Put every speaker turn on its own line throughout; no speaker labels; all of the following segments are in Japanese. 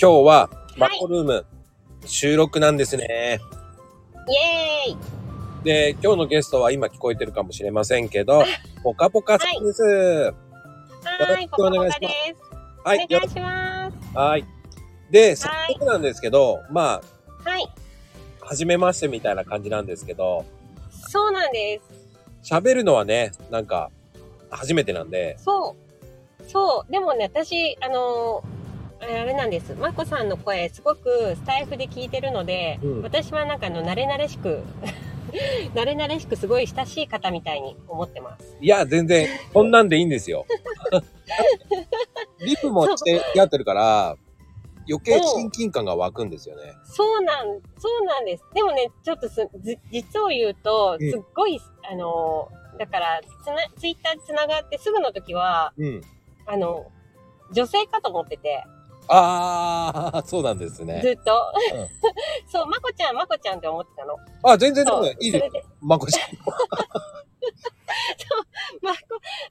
今日は、マ
はい
ッコルーム、収録なんですね。
イエーイ
で、今日のゲストは今聞こえてるかもしれませんけど、ポカポカさんです。は
はーい、
よろし
ぽ
くお
かぽ
願い
か
し
で。
ますい、
お願いします。
はい。で、早速なんですけど、まあ、
はい、
初めましてみたいな感じなんですけど、
そうなんです。
喋るのはね、なんか、初めてなんで、
そう。そう。でもね、私、あのーあれなんです。まこさんの声、すごくスタイフで聞いてるので、
うん
私はなんかあの、慣れ慣れしく、 慣れ慣れしくすごい親しい方みたいに思ってます。
いや、全然、こんなんでいいん ですよ。リプもしてやってるから、余計親近感が湧くんですよね。
そうなん、そうなんです。でもね、ちょっとす、じ実を言うと、
うん
すっごい、あのーだから、つな、ツイッターつながってすぐの時は、
うん。
あの、女性かと思ってて、
ああ、そうなんですね。
ずっと。
うん
そう、まこちゃん、まこちゃんって思ってたの。
あ、全然でも
そう
ね、いい
そ
です
れ。で、
まこちゃ ん。
まこ、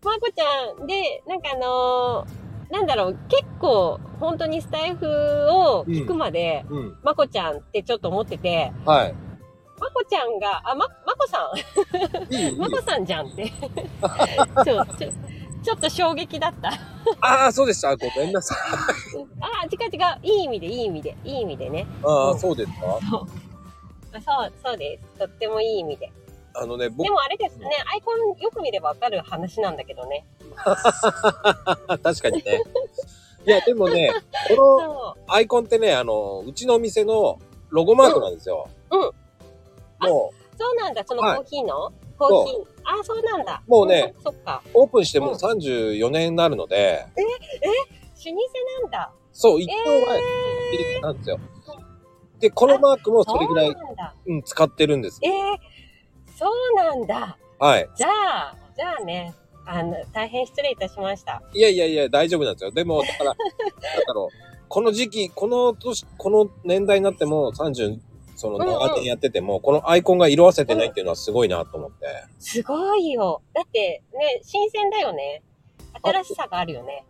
まこちゃんで、なんかあのーなんだろう、結構、本当にスタイフを聞くまで、
うん。
まこちゃんってちょっと思ってて、
はい。
まこちゃんが、あ、ま、まこさ
いいいい
んまこさんじゃん って。そう、ちょ、ちょっと衝撃だった。
ああ、そうでした。ごめんなさい。
あ、違う違う。いい意味で、いい意味で、いい意味でね。
あ
う
あ、
ん
そうですか。
あそう、そうです。とってもいい意味で。
あのね、僕
で、もあれですね、アイコンよく見ればわかる話なんだけどね。
あ確かにね。いや、でもね、この
そう。
アイコンってね、あの、うちのお店のロゴマークなんですよ。
うんうんあ
も
そうなんだ、そのコ
はい
ーヒーの、コーヒー。あ、そうなんだ。
もうね
うんそそっか。
う、オープンしてもううん34年になるので、
老舗なんだ。
そう、一応前、なんですよ。で、このマークもそれぐらい、
そうなんだ。
うん、使ってるんです。
えー、そうなんだ。
はい。
じゃあ、じゃあね、あの、大変失礼いたしました。
いやいやいや、大丈夫なんですよ。でも、だから、なんだろう。この時期、この年、この年代になっても、30、その
うんうん
長年やってても、このアイコンが色あせてないっていうのはすごいなと思って。
すごいよ。だって、ね、新鮮だよね。新しさがあるよね。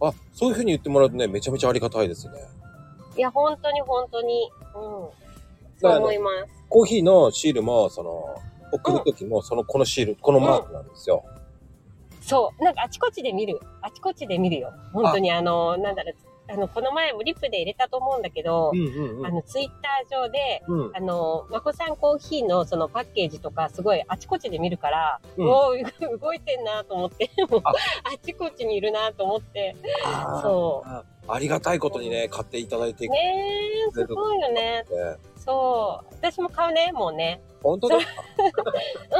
あ、そういうふうに言ってもらうとね、めちゃめちゃありがたいですね。
いや、本当に本当に。うん。
だ
そう
から
思
ね、
います。
コーヒーのシールも、その、送る時も、その、このシール、このマークなんですよ。
そう。なんかあちこちで見る。あちこちで見るよ。本当にあの、なんだろう、あの、この前もリップで入れたと思うんだけど、
んうん
あの、ツイッター上で、
うん。うん。
あの、まこさんコーヒーのそのパッケージとかすごいあちこちで見るから、
うん
おー 動いてんなと思って、もう
あ
あちこちにいるなと思って、
あー
そ
あありがたいことにね、買っていただいて
う。
いくんで、
ねえ、すごいよね。そう。私も買うね、もうね。
本当ですか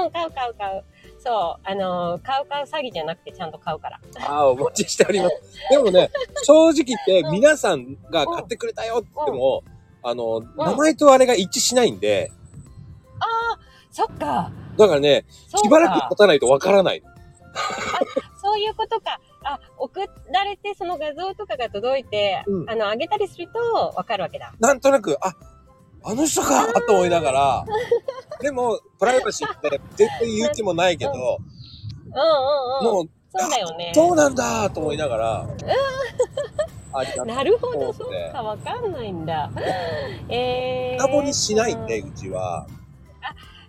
うん、買う買う買う。そう。あの、買う買う詐欺じゃなくてちゃんと買うから。
ああ、お待ちしております。でもね、正直言って、皆さんが買ってくれたよって言っても、あの、名前とあれが一致しないんで、
そっか。
だからね、
そうか
しばらく経たないとわからない。
そういうことか。あ、送られてその画像とかが届いて、
うん
あの、あげたりするとわかるわけだ。
なんとなく、あ、あの人かと思いながら、でも、プライバシーって絶対言う気もないけど、
うんうんうん。
もう、
そうだよね。
そうなんだと思いながら、ありがとう。
なるほど、
そ
そうう
ね
か、わかんないんだ。えー。
深掘りしないんで、うちは。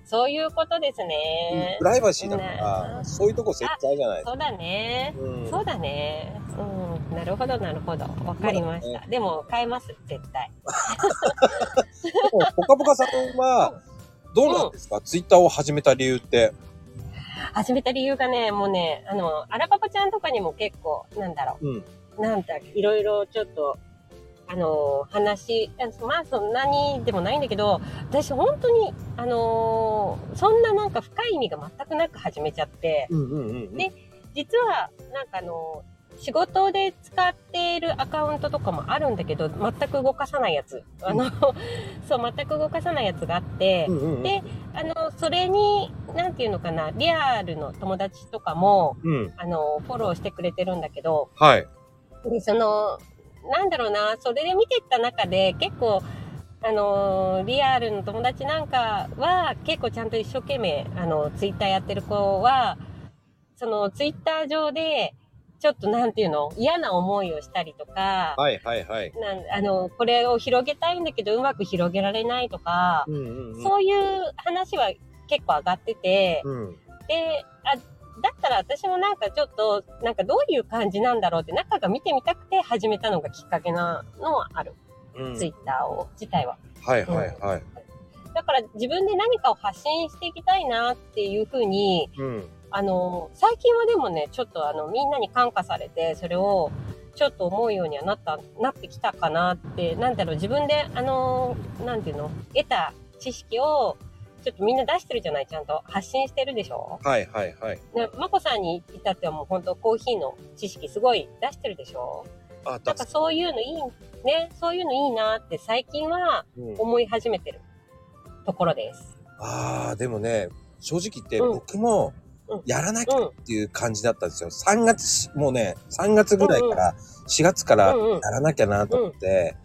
そういうことですね
プ。ライバシーだから、
ね
そういうとこ絶対じゃないですか。
そうだね。
うん
そうだね。うん。なるほど、なるほど。わかりまし
ま
た。でも、買えます、絶対。
でもぽかぽかさんは、どうなんですか、ツイッターを始めた理由って。
始めた理由がね、もうね、あの、アラパパちゃんとかにも結構、なんだろ
うん。
う。なんだ、いろいろちょっと、あの、話、あまあ、そんなにでもないんだけど、私、本当に、あの、そんななんか深い意味が全くなく始めちゃって、
うんうんうん。
ね実はなんかあの仕事で使っているアカウントとかもあるんだけど全く動かさないやつあの、そう全く動かさないやつがあって、
うんうんうん。
であのそれになんていうのかなリアルの友達とかも
うん。
あのフォローしてくれてるんだけど
はい。
でそのなんだろうなそれで見てった中で結構あのリアルの友達なんかは結構ちゃんと一生懸命あのツイッターやってる子はそのツイッター上でちょっとなんていうの嫌な思いをしたりとか、
はいはいはい。
なんあの、これを広げたいんだけどうまく広げられないとか、
うんうんうん。
そういう話は結構上がってて、
うん。
で、あ、だったら私もなんかちょっと、なんかどういう感じなんだろうって中が見てみたくて始めたのがきっかけなのはある。
うん
ツイッターを、自体は。
はいはいはい。
だから自分で何かを発信していきたいなっていうふうに、
うん。
あの、最近はでもね、ちょっとあの、みんなに感化されて、それを、ちょっと思うようにはなった、なってきたかなって、なんだろう、自分で、あの、なんていうの、得た知識を、ちょっとみんな出してるじゃない、ちゃんと。発信してるでしょ
はいはいはい。
ね、まこさんに至ってはもう本当コーヒーの知識すごい出してるでしょ
あ、
なん
だ
かそういうのいい、ね、そういうのいいなって最近は
うん、
思い始めてるところです。
ああ、でもね、正直言って
うん
僕も
うん、
やらなき
う
ゃ
ん。
っていう感じだったんですよ。3月し、もうね、3月ぐらいから、4月から
うん
や
うん
らなきゃなと思って、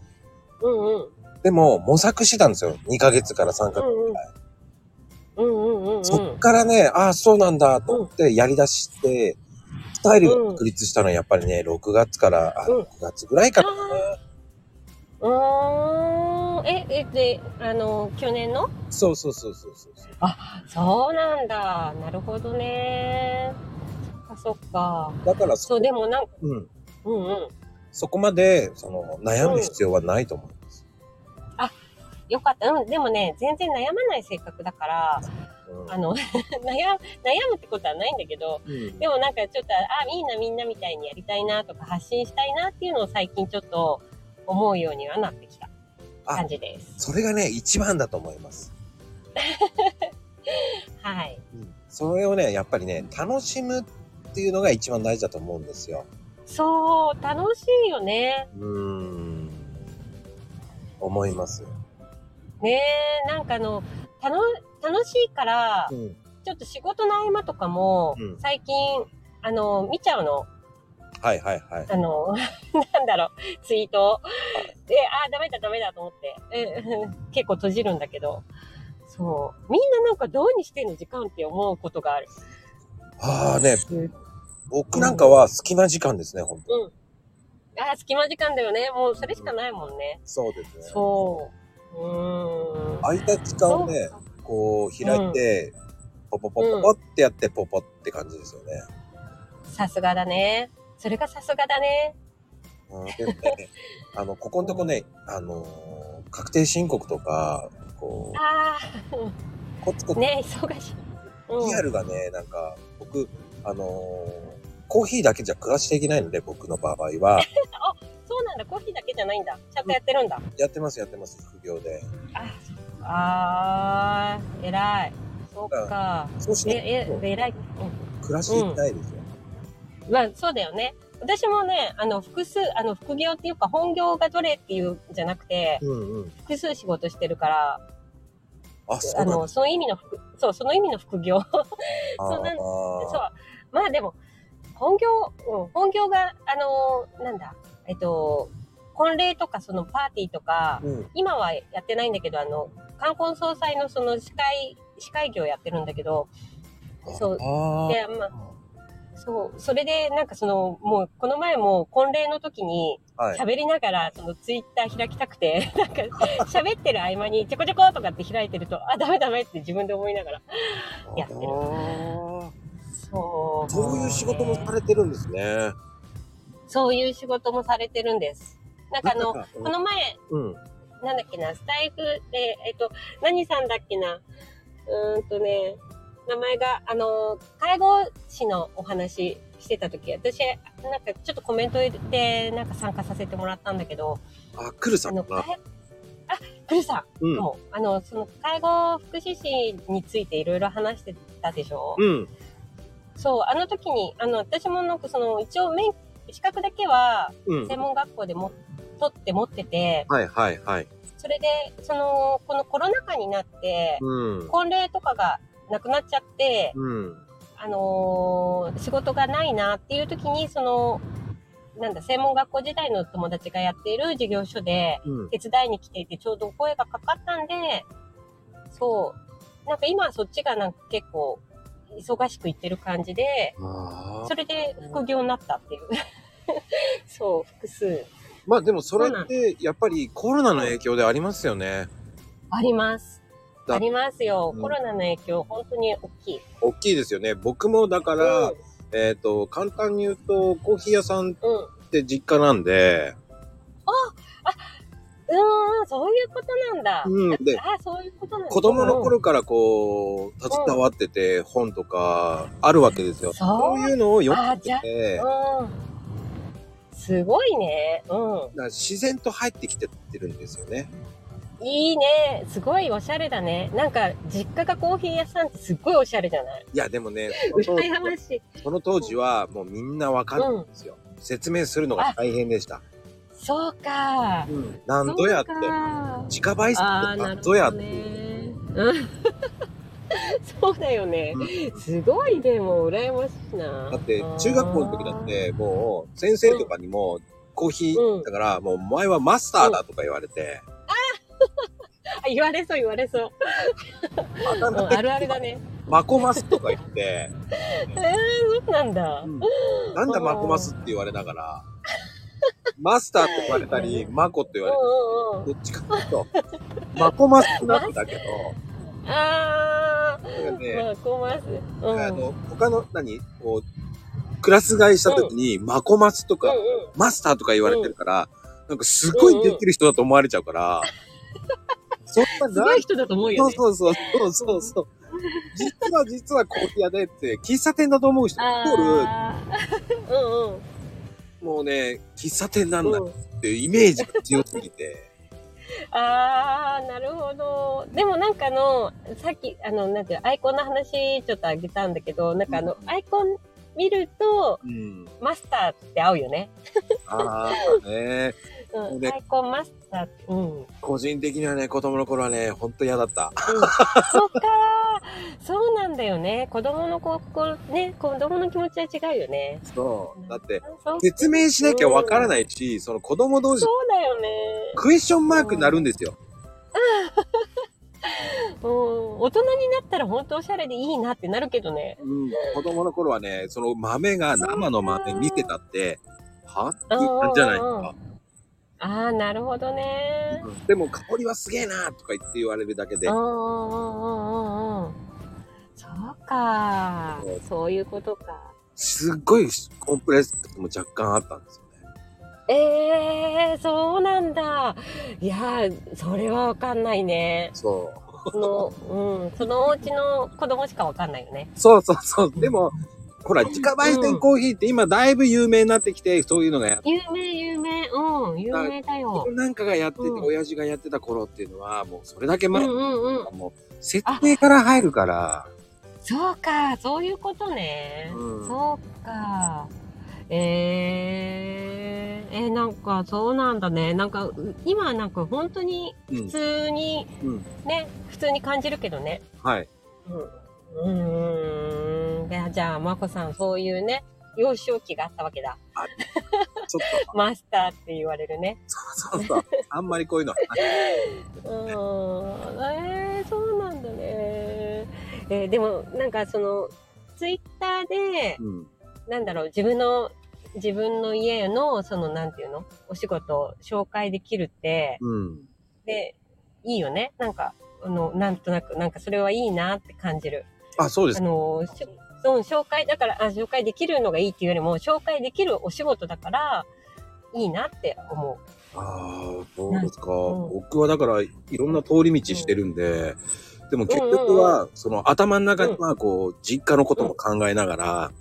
うんうん。
でも模索してたんですよ。2ヶ月から3ヶ月。
うんうんうんうん。
そっからね、ああ、そうなんだと思ってやり出して、スタイルが確立したのはやっぱりね、6月から、あ、
うん
6月ぐらいから、
あーうーん。え、え、で、あの、去年の
そうそうそうそうそうそう。
そうなんだ。なるほどね。そっかそっか。
だからそ、
そう、でもなんか、
うん。
うんうん。
そこまで、その、悩む必要はないと思います。
よかった。うん。でもね、全然悩まない性格だから、
うん。
あの、悩、 悩むってことはないんだけど、
うん
でもなんかちょっと、あ、いいな、みんなみたいにやりたいなとか、発信したいなっていうのを最近ちょっと思うようにはなってきた
あ
感じです。
それがね、一番だと思います。
はい。
それをね、やっぱりね、楽しむっていうのが一番大事だと思うんですよ。
そう、楽しいよね。
うーん。思います。
ねえ、なんかあの、楽、楽しいから、
ん。
ちょっと仕事の合間とかも
うん、
最近、あの、見ちゃうの。
はいはいはい。
あの、 なんだろう、ツイートを。で、あー、ダメだダメだと思って。え 結構閉じるんだけど。そう。みんななんかどうにしてんの時間って思うことがある。
ああね、
うん
僕なんかは隙間時間ですね、本当
あー、隙間時間だよね。もうそれしかないもんね。
そうですね
そう。うーん。
空いた時間をね
そ、う
こう開いて、ポポポポポってやってポポって感じですよね。
さすがだね。それがさすがだね。
うん、でもね、 あの、ここのとこね、あのー確定申告とか、こ
あ
う、コツコ
あ、
ツ
ね、忙しい。うん
リアルがね、なんか、僕、あのーコーヒーだけじゃ暮らしていけないので、僕の場合 は。
そうなんだ。コーヒーだけじゃないんだ。ちゃんとやってるんだ。
やってます、やってます、副業で。
ああ、偉い。そっか。
そうしない
え、え、偉い。
と暮らしていきたいですよ。
うん。まあ、そうだよね。私もね、あの、複数、あの、副業っていうか、本業がどれっていうんじゃなくて、
うんうん。
複数仕事してるから、
あ、そう
あ
なん
の、その意味の副、そう、その意味の副業。そうなん そ
だ。
う。まあでも、本業、うん、本業が、あのーなんだ、えっと、婚礼とかそのパーティーとか、
うん。
今はやってないんだけど、あの、冠婚葬祭のその司会、司会業やってるんだけど、そう
あー
で、まあ、そう、それでなんかその、もうこの前も婚礼の時に
はい。
喋りながら、そのツイッター開きたくて、 なんか喋ってる合間にちょこちょことかって開いてると、あ、ダメダメって自分で思いながら。やってる
あ
そう。
ーそういう仕事も
ね
されてるんですね。
そういう仕事もされてるんです。なんかあの、
なんかうん
この前、
うん。
なんだっけな、スタイフで、えっと、何さんだっけな、うーんとね、名前が、あの、介護士のお話してた時、私、なんかちょっとコメントで、なんか参加させてもらったんだけど、
あ、くるさ
あ
んか
の、
な。
介あ、クルさ
うん
ん、もう、あの、その、介護福祉士についていろいろ話してたでしょ
うん。
そう、あの時に、あの、私もなんかその、一応免、資格だけは、
うん。
専門学校でも取って持ってて、
はいはいはい。
それで、その、このコロナ禍になって、
うん。
婚礼とかがなくなっちゃって、
うん。
あのー仕事がないなっていう時に、その、なんだ、専門学校時代の友達がやっている事業所で、
うん。
手伝いに来ていて、ちょうど声がかかったんで、そう。なんか今はそっちがなんか結構忙しく行ってる感じで、
あ
それで副業になったっていう。 そう、複数
まあでもそれってやっぱりコロナの影響でありますよね。
あります。
だ
ありますよ。
うん
コロナの影響、本当に大きい。
大きいですよね。僕もだか
う
ら、
ん、
えっ、と、簡単に言うと、コーヒー屋さん
うん。
って実家なんで、
うーん、そういうことなんだ。
うんで
あ、そういうことなんだ。
子供の頃からこう、携わってて本とかあるわけですよ。
そう
そういうのを読
あ
ん
じゃ
でて、だか
うん。すごいね。う
ら自然と入ってきてってるんですよね。
ん。いいね。すごいおしゃれだね。なんか、実家がコーヒー屋さんってすっごいおしゃれじゃない
いや、でも ね、その
羨ま
当
しい。
その当時はもうみんなわかんないんですよ。説明するのが大変でした。
そうか。
何度やって
そう。か
自家焙煎
ああ、
って
な
何
る
度
ほ
や
ど
って。
ね。うんそうだよね。 すごいでも羨ましいな。
だって、中学校の時だって、もう、先生とかにも、コーヒ
うん
ー、だから、もう、お前はマスターだとか言われて、
あー。言われそう言われそう。う ん
頭
あるあるだね。
マコマスとか言って、
えー、そうなんだ。
なんだマコマスって言われながら、マスターって言われたり、マコって言われた
うんうんうん
り、どっちかっていうと、マコマスになってたけ ど、
ああ、
それで、
まあ、こう回す。うん。
あの、他の、何、こう、クラス替えした時に、マコマスとか
う、んうん。
マスターとか言われてるから、なんかすごいできる人だと思われちゃうから、そんな
すごい人だと思うよね。
そうそうそうそうそうそう。実は実はコーヒー屋でって、喫茶店だと思う人、イコー
ああ、うんうん。
ル、もうね、喫茶店なんだ
うん
っていうイメージが強すぎて。
ああ、なるほど。でもなんかあの、さっき、あの、なんていうのアイコンの話ちょっとあげたんだけど、なんかあの、アイコン見ると、
うん。
マスターって合うよね。
ああ、ね
うん。
ね
アイコンマスターって。 うん。
個人的にはね、子供の頃はね、ほんと嫌だった。
そっかーそうなんだよね。子供の心、ね、子供の気持ちは違うよね。
そう。だって、
そう
説明しなきゃわからないし、その子供同士
そ、うだよね。
クエスチョンマークになるんですよ。
うん。大人になったら本当おしゃれでいいなってなるけどね。
うん、子供の頃はね、その豆が生の豆見てたって、はって言ったんじゃないですか。
ああ、なるほどね。
うんでも香りはすげえなとか言って言われるだけで
うんう、んうんうんうん。そうか
そう。
そういうことか。
すっごいコンプレックスも若干あったんですよね。
ええー、そうなんだ。いやー、それはわかんないね。
そ
その、うん、そのお家の子供しかわかんないよね。
う。そうそうそう。でも、ほら、自家焙煎コーヒーって今だいぶ有名になってきて、そういうのがやっ
有名、有名、うん、有名だよ。
なんかがやってて、
うん
親父がやってた頃っていうのは、もうそれだけ
うん
前、
うんうん。
もう設定から入るから、
そうか、そういうことね。
うん
そうか。えー、えーなんかそうなんだね。なんかう今なんか本当に
う
普
ん、
通に
うん、
ね、普通に感じるけどね。
はい。
うん。うーん。いやじゃあ、まこさん、そういうね、幼少期があったわけだ。
ちょっと、
マスターって言われるね。
そう そう。あんまりこういうのは、
うん。えー、そうなんだね。えーでも、なんかその、ツイッターで、
うん、
なんだろう、自分の、自分の家の、その、なんていうのお仕事を紹介できるって、
うん。
で、いいよね。なんか、あの、なんとなく、なんかそれはいいなって感じる。
あ、そうです
あ。の、しょその紹介、だから、あ、紹介できるのがいいっていうよりも、紹介できるお仕事だから、いいなって思
ああ、そうですか。
うん
僕はだから、いろんな通り道してるんで、でも結局は、その頭の中には、こう、実家のことも考えながら、
う。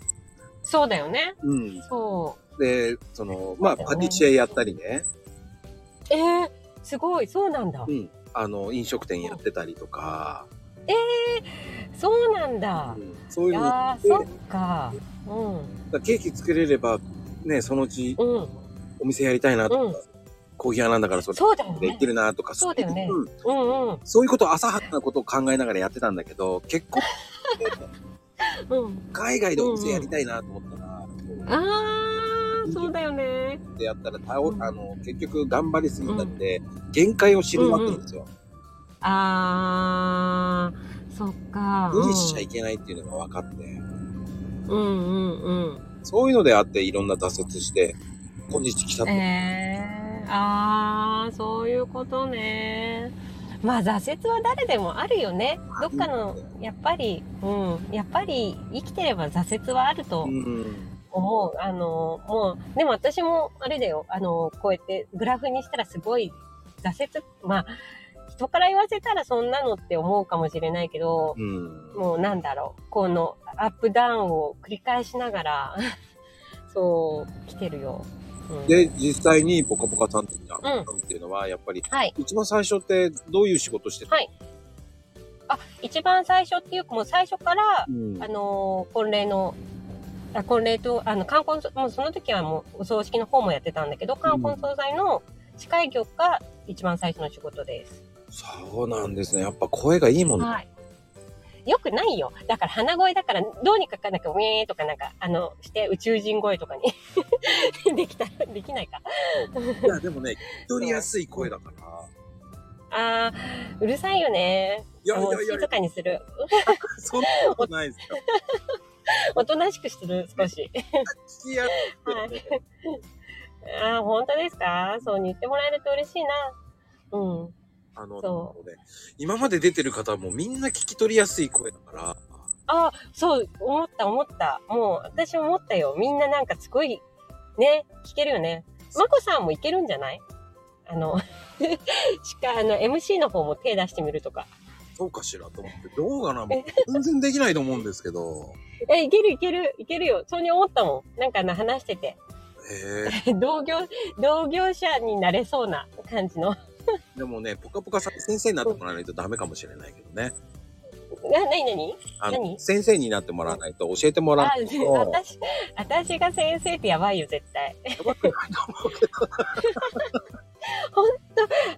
そうだよね。
うん。
そう。
で、その、まあ、パティシエやったりね、
えー、すごい、そうなんだ
う。ん。あの、飲食店やってたりとか、
そうなんだ
う。んそう
い
いうのだか
やー、そっか。うん。
らケーキ作れれば、ね、そのうち
うん。
お店やりたいなとか、
うん
コーヒー屋なんだからそれ
そうだよ
で行
ね
って。るなとか、
そうだよね
ん
うんうん。
そういうこと、浅はかなことを考えながらやってたんだけど、結構、
うん。
海外でお店やりたいなと思ったら、
ああ、そうだよね。
でやったら倒あの結局頑張りすぎたって限界を知るわけですよ。
ああ、そっか。
無理しちゃいけないっていうのが分かって、
うんうんうん
そういうのであっていろんな挫折して、今日来たっ
うん。
て。
えー、あー、そういうことね。まあ挫折は誰でもあるよね。どっかの、やっぱり、うん、やっぱり生きてれば挫折はあると
うん。
思う。あの、もう、でも私も、あれだよ、あの、こうやってグラフにしたらすごい挫折、まあ、人から言わせたらそんなのって思うかもしれないけど、
うん。
もうなんだろう、このアップダウンを繰り返しながら、 そう、来てるよ。うん、
で、実際にポカポカさんっていうのは
うん
っていうのは、やっぱり、
はい。
一番最初ってどういう仕事してた、
はいあ、一番最初っていうか、もう最初から、
うん
あのー婚礼の、あ婚礼と、あの、冠婚葬、もうその時はもうお葬式の方もやってたんだけど、冠婚葬祭の司会業が一番最初の仕事です。
そうなんですね。やっぱ声がいいもんね。
はい。よくないよ。だから鼻声だから、どうにかかなんか、ウェーとかなんか、あの、して宇宙人声とかに できたら、できないか。
いや、でもね、聞き取りやすい声だから。
あー、うるさいよね。
いやい
もう
やいやい
静
や、
かにする。
そんなことないですよ。
おとなしくする、少し。
聞きやすい。
あー、本当ですかそう言ってもらえると嬉しいな。うん。
あの、
そ
ね、今まで出てる方もみんな聞き取りやすい声だから。
あ、そう、思った思った。もう、私も思ったよ。みんななんかすごい、ね、聞けるよね。まこさんもいけるんじゃないあの、 しか、あの、MC の方も手出してみるとか。
そうかしらと思って、どうかなもう全然できないと思うんですけど。
え、いけるいけるいけるよ。そうに思ったもん。なんかあの、話して て。
へえ
同業、同業者になれそうな感じの。
でもね、ぽかぽかさん先生になってもらわないとダメかもしれないけどね。
な、なになに
あの、
何
先生になってもらわないと教えてもらわ
あ
ないと。、
私、私が先生ってやばいよ、絶対。
やばくないと思うけど。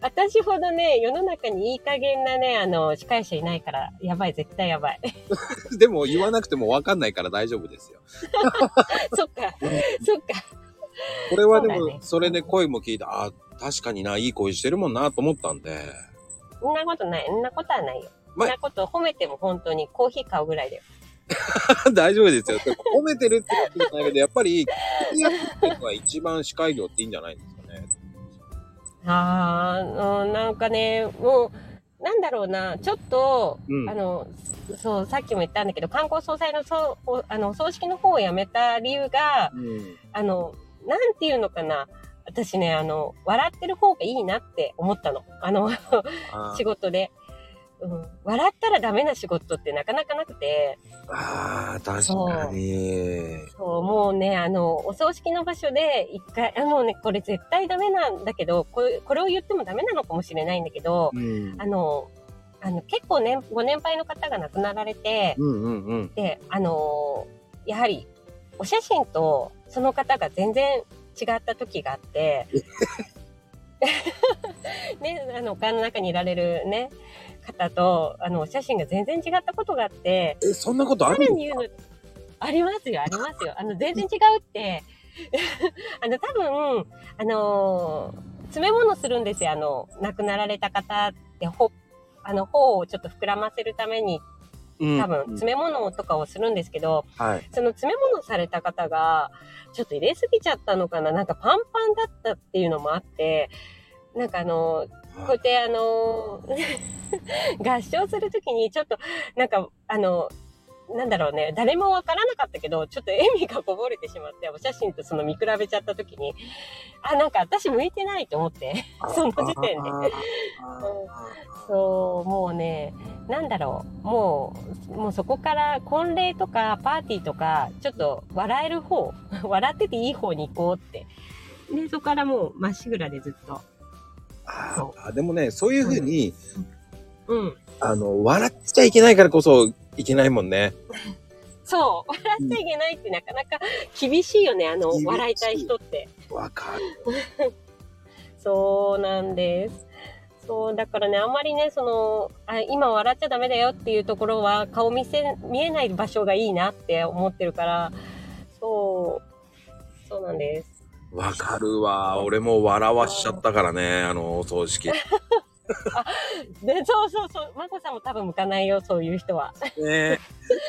私ほどね、世の中にいい加減なね、あの、司会者いないから、やばい、絶対やばい。
でも言わなくてもわかんないから大丈夫ですよ。
そっか、そっか。
これはで
そうだね
も、それで声も聞いて、あ、確かにな、いい声してるもんなと思ったんで。
そんなことない。そんなことはないよ。そ
ま
んなこと褒めても本当にコーヒー買うぐらいだよ。
大丈夫ですよ。でも褒めてるってことじゃないけど、やっぱり、聞きやすいっていうのが一番司会業っていいんじゃないですかね。
ああ、うんなんかね、もう、なんだろうな、ちょっと、
うん
あの、そう、さっきも言ったんだけど、観光総裁のそうおあのお葬式の方をやめた理由が、
うん。
あの、なんていうのかな。私ね、あの、笑ってる方がいいなって思ったの。あの、
あ
仕事で。うん、笑ったらダメな仕事ってなかなかなくて、
あー、確かに。
そう、もうね、あの、お葬式の場所で一回、あもうね、これ絶対ダメなんだけど、これこれを言ってもダメなのかもしれないんだけど、
うん
あの、あの結構ね、ご年配の方が亡くなられて、
うんうんうん。
で、あの、やはり、お写真とその方が全然違った時があ って、ね、あの、丘の中にいられるね、方と、あの、お写真が全然違ったことがあって、
え、そんなことあ
さら
る
に言うの、ありますよ、ありますよ。あの、全然違うって。 あの、多分、あのー詰め物するんですよ。あの、亡くなられた方って、ほ、あの、頬をちょっと膨らませるために、
うん
多分、詰め物とかをするんですけど、
はい。
その詰め物された方が、ちょっと入れすぎちゃったのかななんかパンパンだったっていうのもあって、なんかあのーこうやってあの ー合唱するときにちょっと、なんか、あのなんだろうね、誰もわからなかったけど、ちょっと笑みがこぼれてしまって、お写真とその見比べちゃったときに、あ、なんか私向いてないと思って、その時点で
あー。あー
そう、もうね、なんだろう、もう、もうそこから婚礼とかパーティーとか、ちょっと笑える方、 笑ってていい方に行こうって。で、そこからもうまっしぐらでずっと。
あーでもね、そういうふうに、
うん。
あの、笑っちゃいけないからこそいけないもんね。
そう、笑っちゃいけないってなかなか厳しいよね、あの、
厳しい
笑いたい人って。
わかる。
そうなんです。そう、だからね、あんまりね、その、あ今笑っちゃダメだよっていうところは、顔見せ、見えない場所がいいなって思ってるから、そう、そうなんです。
わかるわ。俺も笑わしちゃったからね、あの、お葬式。
で、そうそうそう。マコさんも多分向かないよ、そういう人は。
ねえ。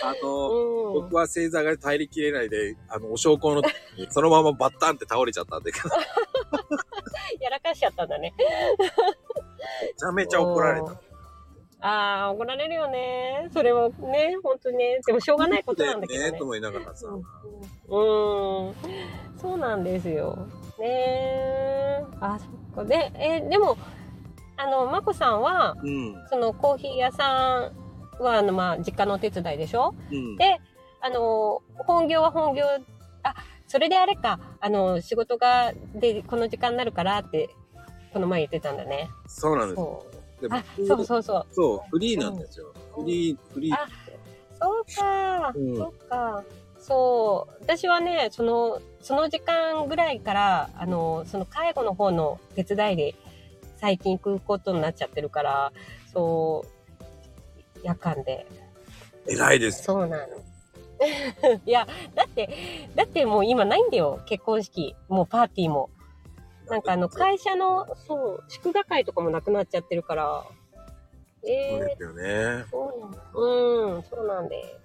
あの、
うん
僕。は星座が耐えきれないで、あの、お焼香の時に、そのままバッタンって倒れちゃったんで、めち
やらかしちゃったんだね。
ゃめちゃ怒られた。
た。ああ、怒られるよね。それもね、本当にね。でもしょうがないことなんだけど
ね
ね
と。思いながらさ。
うん、うんそうなんですよ。ねーあ、そっか。で、えーでも、あの、まこさんは、
うん。
そのコーヒー屋さんは、あの、まあ、実家のお手伝いでしょ
うん。
で、あの、本業は本業、あ、それであれか、あの、仕事が、で、この時間になるからって、この前言ってたんだね。
そうなんですよ。
そう。
でも
あ、そうそうそう。
そう、フリーなんですよ。
うん
フリー、フリー。
あそうか、
うん
そうか。そう。私はね、その、その時間ぐらいから、あの、その介護の方の手伝いで最近行くことになっちゃってるから、そう、夜間で。
偉いです。
そうなの。 いや、だって、だってもう今ないんだよ。結婚式、もうパーティーも。なんかあの、会社の、そう、祝賀会とかもなくなっちゃってるから。え
そうで
え
すよね。
そうなの。うん、そうなんです。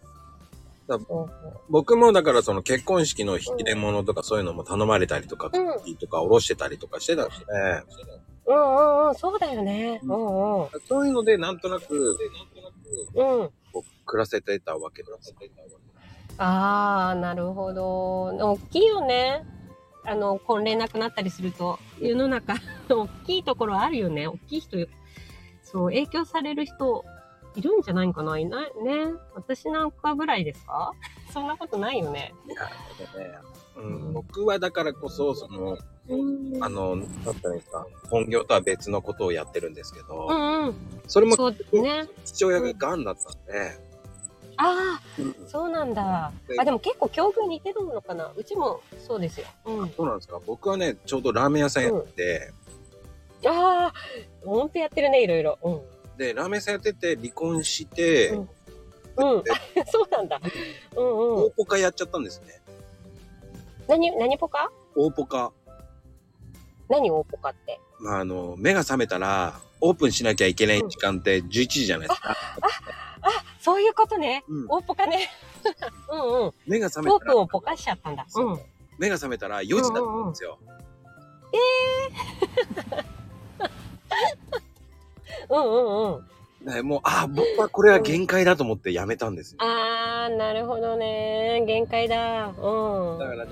だ
そう
僕もだからその結婚式の引き出物とかそういうのも頼まれたりとか、
うん
とかおろしてたりとかしてたんですね。
うんうんうん、そうだよね。
う
うんうん。
そういうのでなんとなく
うん。
こう暮らせてたわけなんですね。
ああ、なるほど。大きいよね。あの、婚礼なくなったりすると、世の中、 大きいところあるよね。大きい人、そう、影響される人、いるんじゃないんかないないね。私なんかぐらいですか そんなことないよね。
いやでねうん、僕はだからこそその
うん。
あのなんだったらいいですか本業とは別のことをやってるんですけ
う
ど、
んうん。
それも
そうね。
父親が癌だったんで、
あ
うん
あ、そうなんだ。あ、でも結構境遇似てるのかな。うちもそうですよ。うん。
そうなんですか僕はねちょうどラーメン屋さんやってて、
ああ、ほんとやってるね、いろいろ。うん。
でラーメン屋さんやってて離婚して、
うん うん、そうなんだ。うんう
大
ん。
ポカやっちゃったんですね
何、何ポカ
大ポカ。
何大ポカって。
まあ、あの、目が覚めたら、オープンしなきゃいけない時間って11時じゃないですか。
そういうことね。
うん、
大ポカね。うんうん。
目が覚
ト
めた
ーク
ら、
をポカしちゃったんだ。うん。
目が覚めたら4時だったんですよ。
うんうんうん。
ねもう、ああ、僕はこれは限界だと思ってやめたんですよ。
あー、なるほどね。限界だ。うん。う
だか
ん。
らね、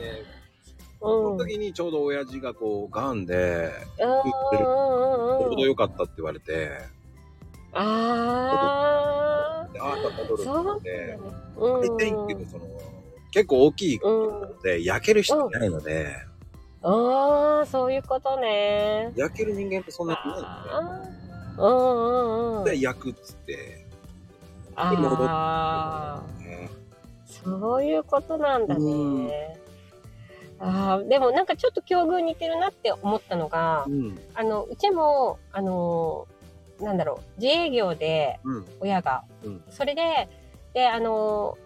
そ
うん
の時にちょうど親父がこう、ガンで、ちょ
う
うんど
うん。
良かったって言われて、
あ
でああ、だった
ー。そうな
と
んだね
で、。
うん
大体いいけど、その、結構大きい
うん。うん。
ので、焼ける人いないので、
あー、そういうことね。
焼ける人間ってそんなにいないの
あー。うんうんうん
で、。で焼くっつって、
ああ、
ね
そういうことなんだね。ああ、でもなんかちょっと境遇似てるなって思ったのが
う、ん、
あの、うちも、あの、なんだろう、自営業で、
うん、
親が。
うん
それで、で、あの、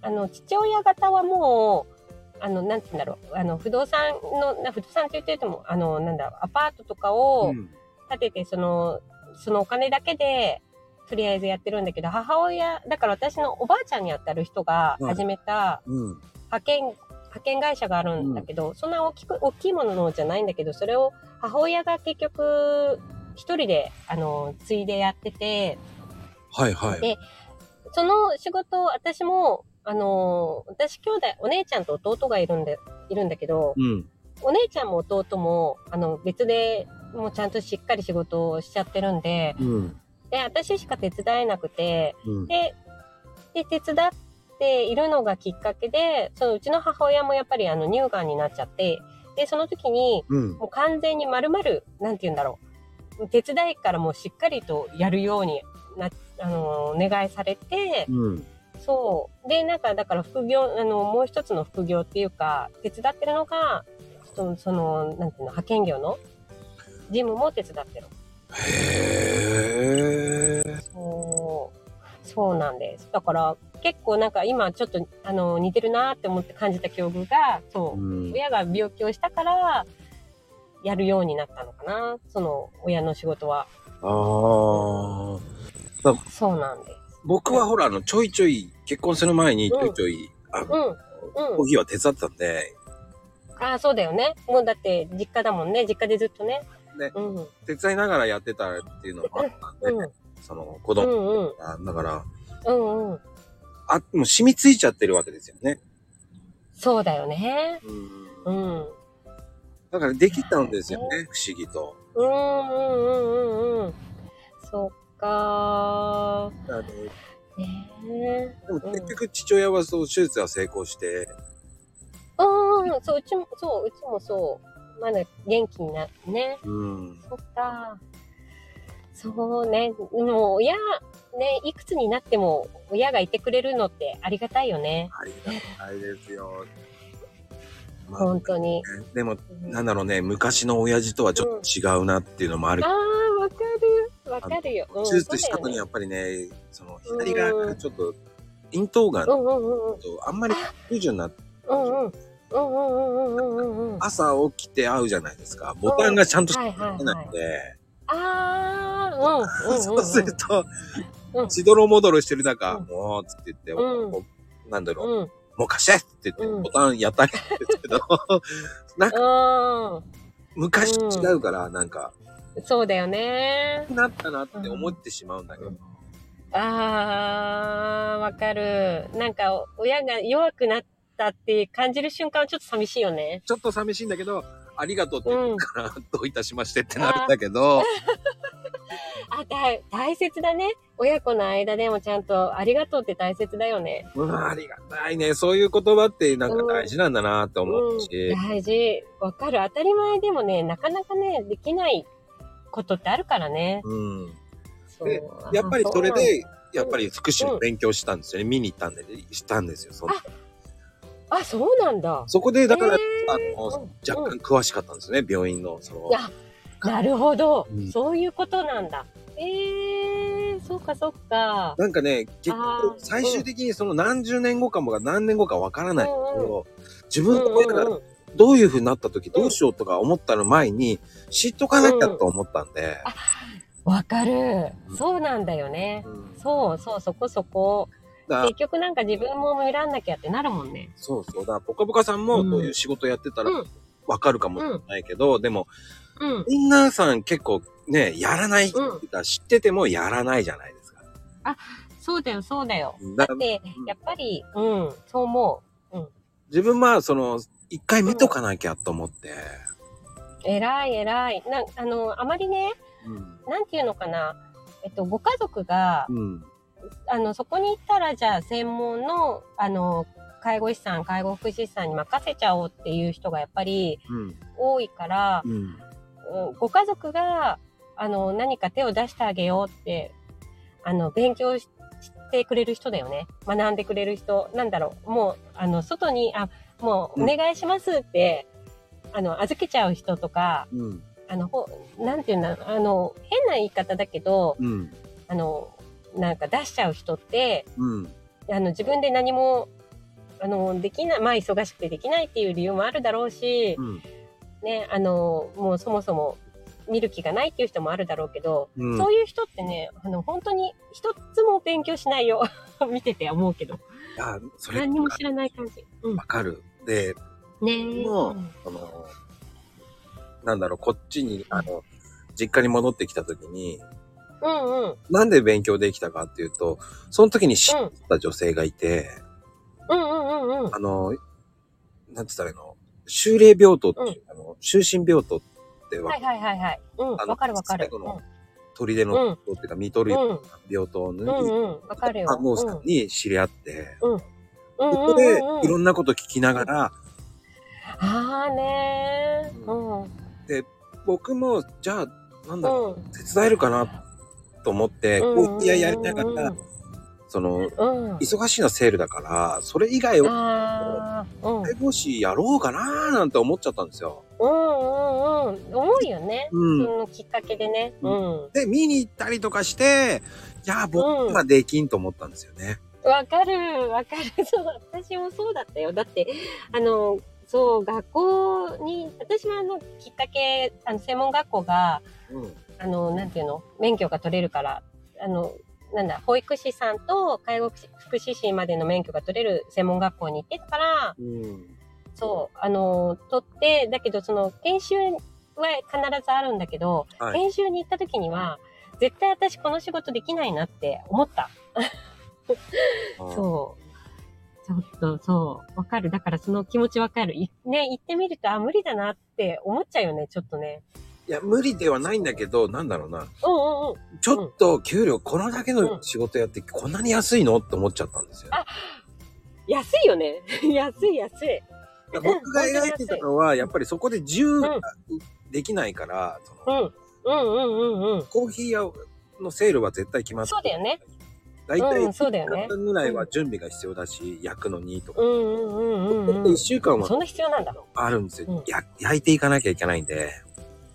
あの、父親方はもう、あの、なんて言うんだろう、あの、不動産の、な不動産って言ってても、あの、なんだろう、アパートとかを、
うん。
立てて、その、そのお金だけで、とりあえずやってるんだけど、母親、だから私のおばあちゃんにあたる人が
はい
始めた
うん。
派遣、派遣会社があるんだけど、そんな大きく、大きいものじゃないんだけど、それを母親が結局、一人で、あの、継いでやってて、
はいはい。
でその仕事を私も、あの、私兄弟、お姉ちゃんと弟がいるんで、いるんだけど、
うん。
お姉ちゃんも弟も、あの、別で、もうちゃんとしっかり仕事をしちゃってるんで、
うん。
で、私しか手伝えなくて、
うん。
で、で、手伝っているのがきっかけで、そのうちの母親もやっぱりあの乳がんになっちゃって、で、その時に、
うん。
もう完全に丸々、なんて言うんだろう、手伝いからもうしっかりとやるようにな、あの、お願いされて、
うん。
そう。で、なんか、だから副業、あの、もう一つの副業っていうか、手伝ってるのが、その、そのなんていうの、派遣業の事務も手伝ってる。
へえ。
そう、そうなんです。だから結構なんか今ちょっとあの似てるなって思って感じた境遇が、そうう、
ん。
親が病気をしたからやるようになったのかな、その親の仕事は。
ああ。
そうなんです。
僕はほら、あの、ちょいちょい、結婚する前にち
うん
ょいちょい、あの、
うん。
コ
う
ー
ん。
ヒーは手伝ってたんで、
ああ、そうだよね。もうだって、実家だもんね。実家でずっとね。
ね
うん。うん。
手伝いながらやってたっていうのもあったんで、その、子
う
供、
んうん。
あだから、
うんうん。
あ、もう染みついちゃってるわけですよね。
そうだよね。
うん
うん。うん
だからできたんですよね、不思議と。
うんうんうんうん。そっか
あの
ー。ね
でも結局父親はそう手術は成功して、
ーうん。そう、うちも、そう、うちもそう。まだ元気になってね。
うん。
そっか。そうね。もう親、ね、いくつになっても親がいてくれるのってありがたいよね。
ありがたいですよ。まあ、
本当に。
でも、
うん
な
あ
んだろうね、昔の親父とはちょっと違うなっていうのもある
あ。ー、わかる。わかるよ。うん
手術した後に
そ
や
う
っぱりね、その左側がちょっと咽頭がん
だ
と
よねうんうんうん
あんまり不自由になって、
うん。うんうんうんうんうんうんうん。あ
朝起きて会うじゃないですか。ボタンがちゃんとし
はい
て
はいはい
ないので、
あー、うんうんうん。
そうすると
う、ん
しどろもどろしてる中、
うん
もう、つって言って、
うん
こうなんだろう、
うん。うん。
もう貸してって言っ
う
て、
ん
ボタンやったりって言ってけ ど、なんか昔と違うから、なんか、
そうだよね。
なったなって思ってしまうんだけど、
うんあー、わかる。なんか、親が弱くなったって感じる瞬間はちょっと寂しいよね。
ちょっと寂しいんだけど、ありがとうって言うから、どういたしましてってな
あ
るん
ー
だけど、
あ、大大切だね。親子の間でもちゃんとありがとうって大切だよね。
うん、ありがたいね。そういう言葉ってなんか大事なんだなって思うし、
大事。わかる。当たり前でもね、なかなかね、できないことってあるからね。
うん。
そう
でやっぱりそれ、で、やっぱり福祉
う
の
ん
勉強したんですよね。見に行ったんで、したんですよ。その
あ、そうなんだ。
そこで、だから、
え
あの、
ー
若干
う
詳しかったんですね、病院の、その
い、やんなるほど、
うん
そういうことなんだ。えー、そうかそうか。
なんかね、結
あ
局
ー、
最終的にその何十年後かもが何年後かわからないけど、自
う
分
ん
がこれ
う
か
ん
ら
うん。
どういう風になった時どうしようとか思ったの前に、知っとかなきゃと思ったんで、
わかる
う。ん
そうなんだよね。
うん
そうそう、そこそこ。
だから
結局なんか自分も選んなきゃってなるもんね。
そうそう、だからぽかぽかさんも
うん
こういう仕事やってたら
うん
わかるかもしれないけど、でも、
うん。
みんなさん結構ね、やらない人っていうか知っててもやらないじゃないですか。
そうだよ、そうだよ。
だ
だ
か
っ
ら
て、やっぱり、うん、そう思
自分はその、一回見とかなきゃと思って、
う。偉い、偉い。な、あの、あまりね、
うん。
なんていうのかな。えっと、ご家族が、
うん。
あの、そこに行ったら、じゃあ、専門の、あの、介護士さん、介護福祉士さんに任せちゃおうっていう人がやっぱり
うん。
多いから、
うん。
うん、ご家族が、あの、何か手を出してあげようって、あの、勉強ししてくれる人だよね。学んでくれる人。なんだろう。もう、あの、外に、あ、もう、
う
お
ん
願いしますって、あの、預けちゃう人とか、
うん。
あの、ほなんていうんだろう。あの、変な言い方だけど、
うん。
あの、なんか出しちゃう人って、
うん。
あの、自分で何も、あの、できない、まあ、忙しくてできないっていう理由もあるだろうし、
うん。
ね、あの、もうそもそも見る気がないっていう人もあるだろうけど、
うん
そういう人ってね、あの、本当に一つも勉強しないよ。 見てて思うけど。
あ、それ
何にも知らない感じ。うん
わ。かる。で、
ねえ。
もう
うん
あの、なんだろう、こっちに、あの、実家に戻ってきた時に、
うんうん。
なんで勉強できたかっていうと、その時に知った女性がいて、
うんうんうんうん。
あの、なんつったらいいの、修霊病棟っていう、あの、終身病棟ってわ、
はいはいはいはい。うん。
あの
わかるわかる。
最後
うん
の砦の
うん
病棟っていうか、見とる
うん
病棟に、
うんうん。わかるよ。
看護師さんに知り合って、
うん
そこ
うん
で
うん
い
うん
ろんなこと聞きながら、
ああねーうん。
僕も、じゃあ、なんだろう、
うん。
手伝えるかなと思って、
うん
こういややりなが
うんう
ら
ん、
その、
うん。
忙しいのはセールだから、それ以外を
ああ。うん。うん
介護士やろうかなーなんて思っちゃったんですよ。
うんうん。思うよね。
う
そ
ん。
のきっかけでね。
う
うん。
で、見に行ったりとかして、いやー、僕
うん
はできんと思ったんですよね。
わかる、わかる。 そう、私もそうだったよ。だって、あの、そう、学校に、私はあの、きっかけ、あの、専門学校が、
うん。
あの、なんていうの免許が取れるから、あの、なんだ、保育士さんと介護福祉士までの免許が取れる専門学校に行ってたから、
うん。
そう、あの、取って、だけどその研修は必ずあるんだけど、
はい
研修に行った時には、絶対私この仕事できないなって思った。
そう。
そう。ちょっと、そう。わかる。だからその気持ちわかる。いね、行ってみると、あ、無理だなって思っちゃうよね、ちょっとね。
いや、無理ではないんだけど、なんだろうな。
うんうんうん。
ちょっと給料これだけの仕事やって、こんなに安いのって思っちゃったんですよ。
あ安いよね。 安い安い。
だから僕が描いてたのは、やっぱりそこで自由ができないから、その
うん。うんうんうんうん。
コーヒー屋のセールは絶対決まって
そうだよね。
大体
うんそうだよ
1週
ね
間ぐらいは準備が必要だし、焼くのにとか。
うんうんうんうん、う
1
ん。
週間は
そんな必要なんだ。
あるんですよ、
うん
や焼いていかなきゃいけないんで。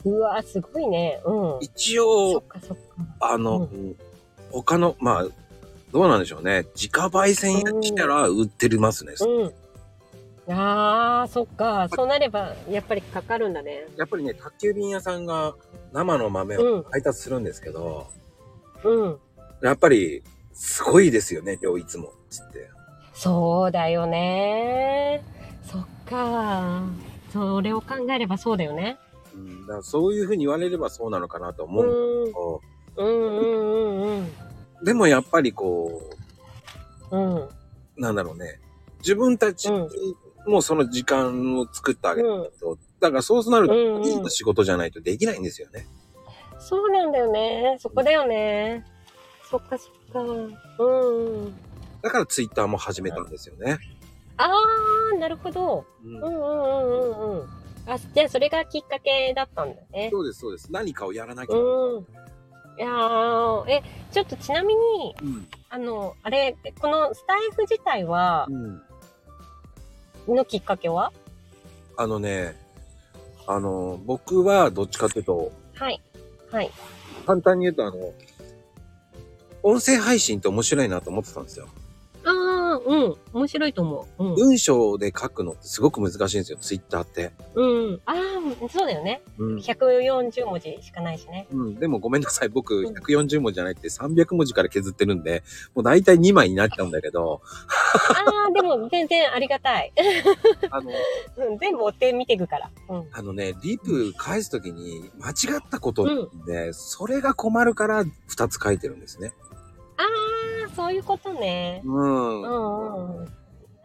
うわ、すごいね。うん。
一
そ
応
っ、かそっか。
あの、他の、まあ、どうなんでしょうね。自家焙煎焼きたら売ってますね。
うん。ああ、そっか。そうなれば、やっぱりかかるんだね。
やっぱりね、宅急便屋さんが生の豆
う
を
ん。
配達するんですけど、
うん。
やっぱり、すごいですよね、量いつも。つって。
そうだよね。そっか。それを考えればそうだよね。
うん、だからそういうふうに言われればそうなのかなと思
う
うんだ
ん
け。ど、
うんうんうん
でもやっぱりこ
うん。うん。
う、なんだろうね。自分たち
うん
もその時間を作ってあげる
うん
と。だからそうなると、
うんうん
いい仕事じゃないとできないんですよね。
そうなんだよね。そこだよね。そっかそっか。うん。
だからツイッターも始めたんですよね。
ああ、なるほど。
うん
うんうんうんうんうん。あ、じゃあそれがきっかけだったんだね。
そうです、そうです。何かをやらなきゃ。
うん。いやー、え、ちょっとちなみに、
うん。
あの、あれ、このスタイフ自体は、
うん。
のきっかけは
あのね、あの、僕はどっちかっていうと、
はい。はい。
簡単に言うとあの、音声配信って面白いなと思ってたんですよ。
ああ、うん。面白いと思う。うん。
文章で書くのってすごく難しいんですよ、ツイッターって。
うん。ああ、そうだよね。
うん。
140文字しかないし ね。
うん、でもごめんなさい。僕、
うん
140文字じゃなくて300文字から削ってるんで、もう大体2枚になっちゃうんだけど、
ああ、でも全然ありがたい。
あの、
うん全部追って見ていくから。うん。
あのね、リプ返すときに間違ったこと
うん
で、それが困るから2つ書いてるんですね。
ああ、そういうことね。
うん。
うんうんうん。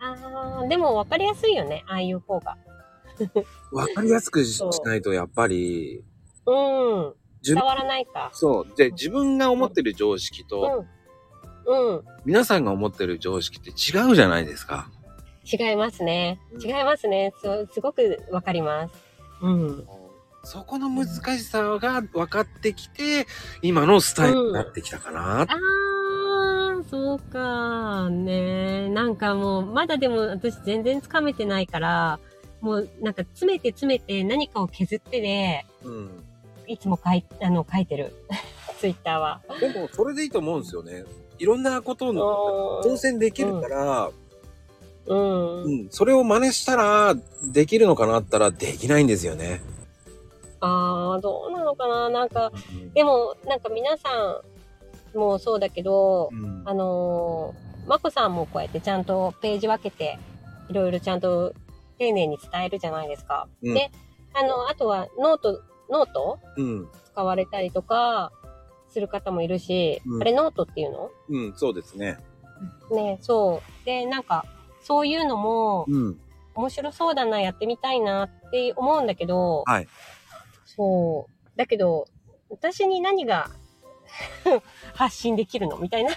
ああ、でも分かりやすいよね。ああいう方が。
わかりやすくし
そう
しないと、やっぱり、
うん。
自
伝
分、
わらないか。
そう。で、自分が思ってる常識と、
うん。うん。
皆さんが思ってる常識って違うじゃないですか。
違いますね
う。ん
違いますね。すすごく分かります。うん。
そこの難しさが分かってきて、今のスタイルになってきたかな
ああ、そうか。ねなんかもう、まだでも私全然つかめてないから、もうなんか詰めて詰めて何かを削ってで、
うん。
いつも書いあの書いてる。 ツイッターは。
でも、それでいいと思うんですよね。いろんなことを挑戦できるから、
うん。
うん、それを真似したら、できるのかなったら、できないんですよね。
ああ、どうなのかななんか、でも、なんか皆さんもそうだけど
う、ん
あのー、まこさんもこうやってちゃんとページ分けて、いろいろちゃんと丁寧に伝えるじゃないですか。
うん
で、あの、あとはノート、ノート
うん。
使われたりとか、する方もいるし、
うん
あれノートっていうの
うん、そうですね。
ね、そう。で、なんか、そういうのも、
うん。
面白そうだな、やってみたいなって思うんだけど、
はい
そう。だけど、私に何が 発信できるのみたいな。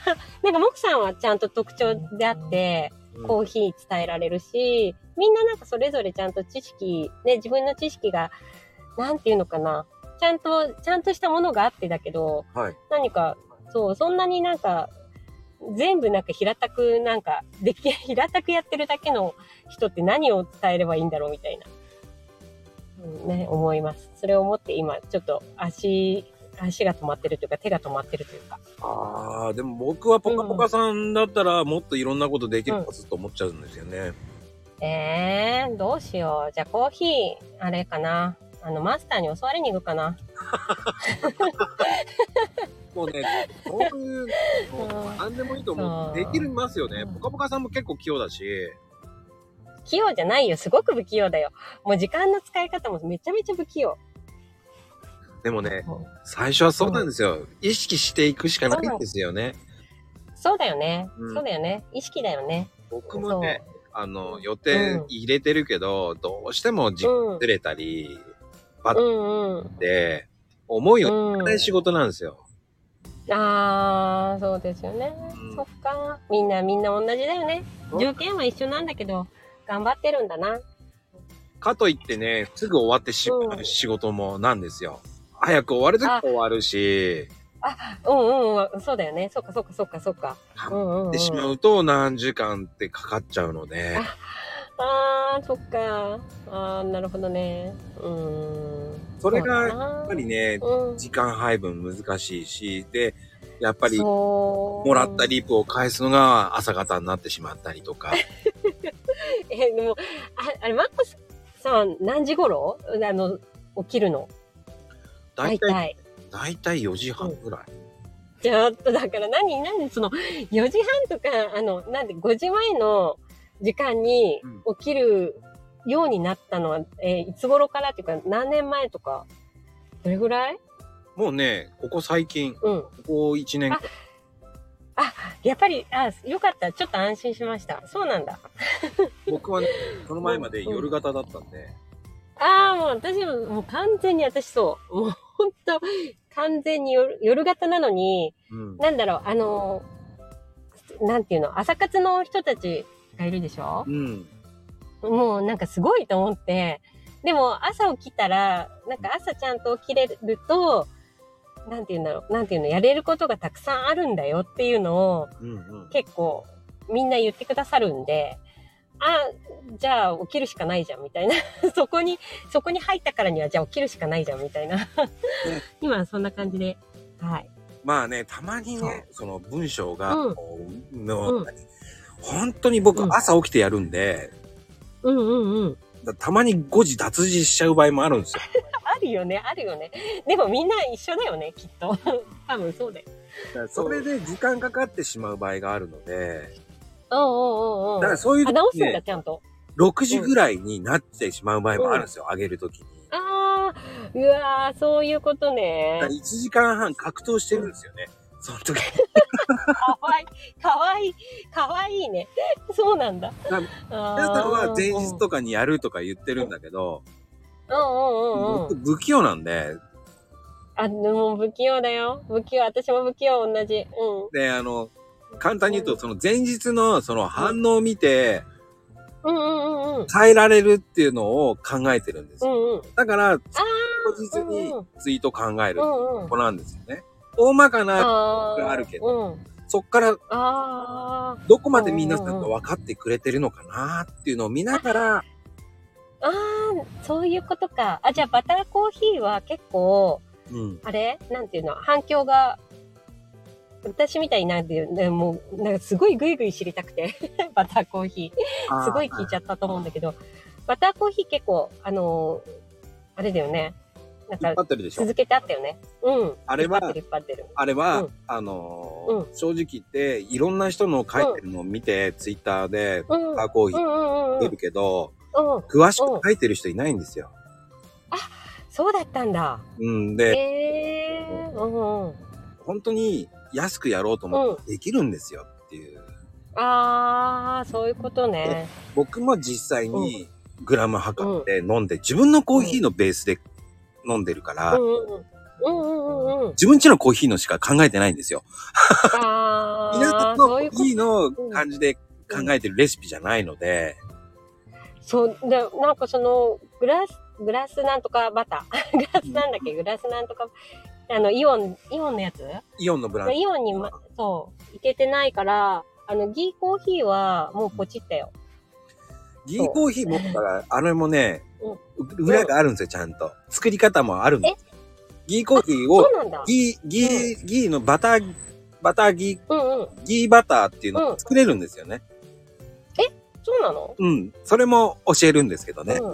なんか、もくさんはちゃんと特徴であって、コーヒー伝えられるし、みんななんかそれぞれちゃんと知識、ね、自分の知識が、なんていうのかな。ちゃんと、ちゃんとしたものがあってだけど、
はい。
何か、そう、そんなになんか、全部なんか平たくなんか、でき、 平たくやってるだけの人って何を伝えればいいんだろうみたいな、うんね、思います。それを思って今、ちょっと足、足が止まってるというか、手が止まってるというか。
ああ、でも僕はポカポカさんだったら、もっといろんなことできるはずと思っちゃうんですよね。
えー、どうしよう。じゃあコーヒー、あれかな。あの、マスターに教わりに行くかな。
も うね、そういうの、
うん
何でもいいと思う。
そ
で
う
きるますよね。
うん
ぽかぽかさんも結構器用だし。
器用じゃないよ。すごく不器用だよ。もう時間の使い方もめちゃめちゃ不器用。
でもね、最初はそうなんですよ。意識していくしかないんですよね。
そうだよね、
うん
そうだよね。意識だよね。
僕もね、あの、予
う
定
ん
入れてるけど、どうしても時
そう
間
うん
ずれたり
うんうん。
で、思うようにいか
う
ない仕事なんですよ。
ん、ああ、そうですよね、
うん
そっか。みんなみんな同じだよね。
そう
条件は一緒なんだけど、頑張ってるんだな。
かといってね、すぐ終わってしま
う
うん仕事もなんですよ。早く終わるときも終わるし、
うんうんうん、そうだよね。そっかそっかそっかそっか。うんうん、う
や
ん。
ってしまうと何時間ってかかっちゃうので、
ああ、そっか。ああ、なるほどね。うん。
それが
うだな
やっぱり、ね、
うん、
時間配分難しいし、で、やっぱり
も
もらったリープを返すのが朝方になってしまったりとか、
え、でも、ああれ、マックスさん、何時頃あの、起きるの
だ
大
いたい、
体。
だいたい4時半ぐらい。
ちょっと、だから何、何、その、4時半とか、あの、なんで、5時前の時間に起きるようになったのは、えーいつ頃からっていうか、何年前とか、どれぐらい
もうね、ここ最近、こ
うん。
こ1年
あやっぱり、あ、よかった。ちょっと安心しました。そうなんだ。
僕はね、この前まで夜型だったんで、
ああ、もう私も、もう完全に私そう。もう本当完全に夜夜型なのに、
うん。
なんだろう、あのーなんていうの、朝活の人たちがいるでしょ
うん。
もうなんかすごいと思って、でも朝起きたら、なんか朝ちゃんと起きれると、なんていうんだろう、なんていうの、やれることがたくさんあるんだよっていうのを
うんうん。
結構みんな言ってくださるんで、あ、じゃあ起きるしかないじゃんみたいな。 そこに、そこに入ったからにはじゃあ起きるしかないじゃんみたいな。今はそんな感じで。はい。
まあね、たまにね、その文章が、
うん
こうの
うん
本当に僕
うん
朝起きてやるんで、
うんうんうん。
だたまに5時脱字しちゃう場合もあるんですよ。
あるよね、あるよね。でもみんな一緒だよね、きっと。 多分そうだよ。
だからそれで時間かかってしまう場合があるので、
うんうんうんうん。
だからそういう
あ、直す
時、
んだ、
ね、
ちゃんと。
6時ぐらいになってしまう場合もあるんですよ、上げるときに。
ああ、うわー、そういうことね
だ。1時間半格闘してるんですよね。その時。
かわいい、かわいい、かわいいね。そうなんだ。
な
あ
皆さんは前
ー
日とかにやるとか言ってるんだけど、
うんうんうんう
僕
ん。
不器用なんで、
あ、でも不器用だよ。不器用、私も不器用、同じ。
で、あの、簡単に言うと、その前日のその反応を見て、
うん。うんうんうんうん。
変えられるっていうのを考えてるんです
う
よ。
んうん。
だから、
あ
当日に
うんうん
ツイート考える
う
こ
んうん
こ。なんですよね。大まかな、
あー
があるけ
うん。
そっから
あー
どこまで皆さんが分かってくれてるのかなっていうのを見ながら、
あー、そういうことか。あ、じゃあバターコーヒーは結構、
うん。
あれなんていうの反響が、私みたいになんていう、ね、もう、なんかすごいぐいぐい知りたくて、 バターコーヒー。すごい聞いちゃったと思うんだけど、バターコーヒー結構、あのーあれだよね。なん
引っ張
か、
ってるでしょ
続。けてあったよね。うん。
あれは
引っ張ってる、引っ張ってる。
あれは、
うん
あのー
う
正直言って、いろんな人の書いてるのを見て、ツイッターで、
うん。
バーコーヒ
う
ー
んうんうんう
出
ん
る。けど、
うん。
詳しく書いてる人いないんですよ。
そうだったんだ。
うん。で、
えー。うんうん。
本当に安くやろうと思ってできるんですよっていう。
あー、そういうことね。
僕も実際にグラム測って飲んで、自分のコーヒーのベースで飲んでるか
う
ら、
んうんうん。うんうんうんうん。
自分ちのコーヒーのしか考えてないんですよ。
あ
皆さ
ー、
んの
そ
コ
ういう
ー
こと
ヒーの感じで考えてるレシピじゃないので、
そう、で、なんかその、グラス、グラスなんとかバター。 グラスなんだっけグラスなんとか、あの、イオン、イオンのやつ
イオンのブランド。
イオンに、ま、そう、いけてないから、あの、ギーコーヒーはもうポチったよ。
ギーコーヒーもだから、あれもね、裏があるんですよ、ちゃんと。作り方もあるんです。ギーコーヒー
そ
を、
うなんだ。
ギー、ギー、ギーのバター、バターギー、
うんうん。
ギーバターっていうのを作れるんですよね。
そうなの
うん。それも教えるんですけどね。
う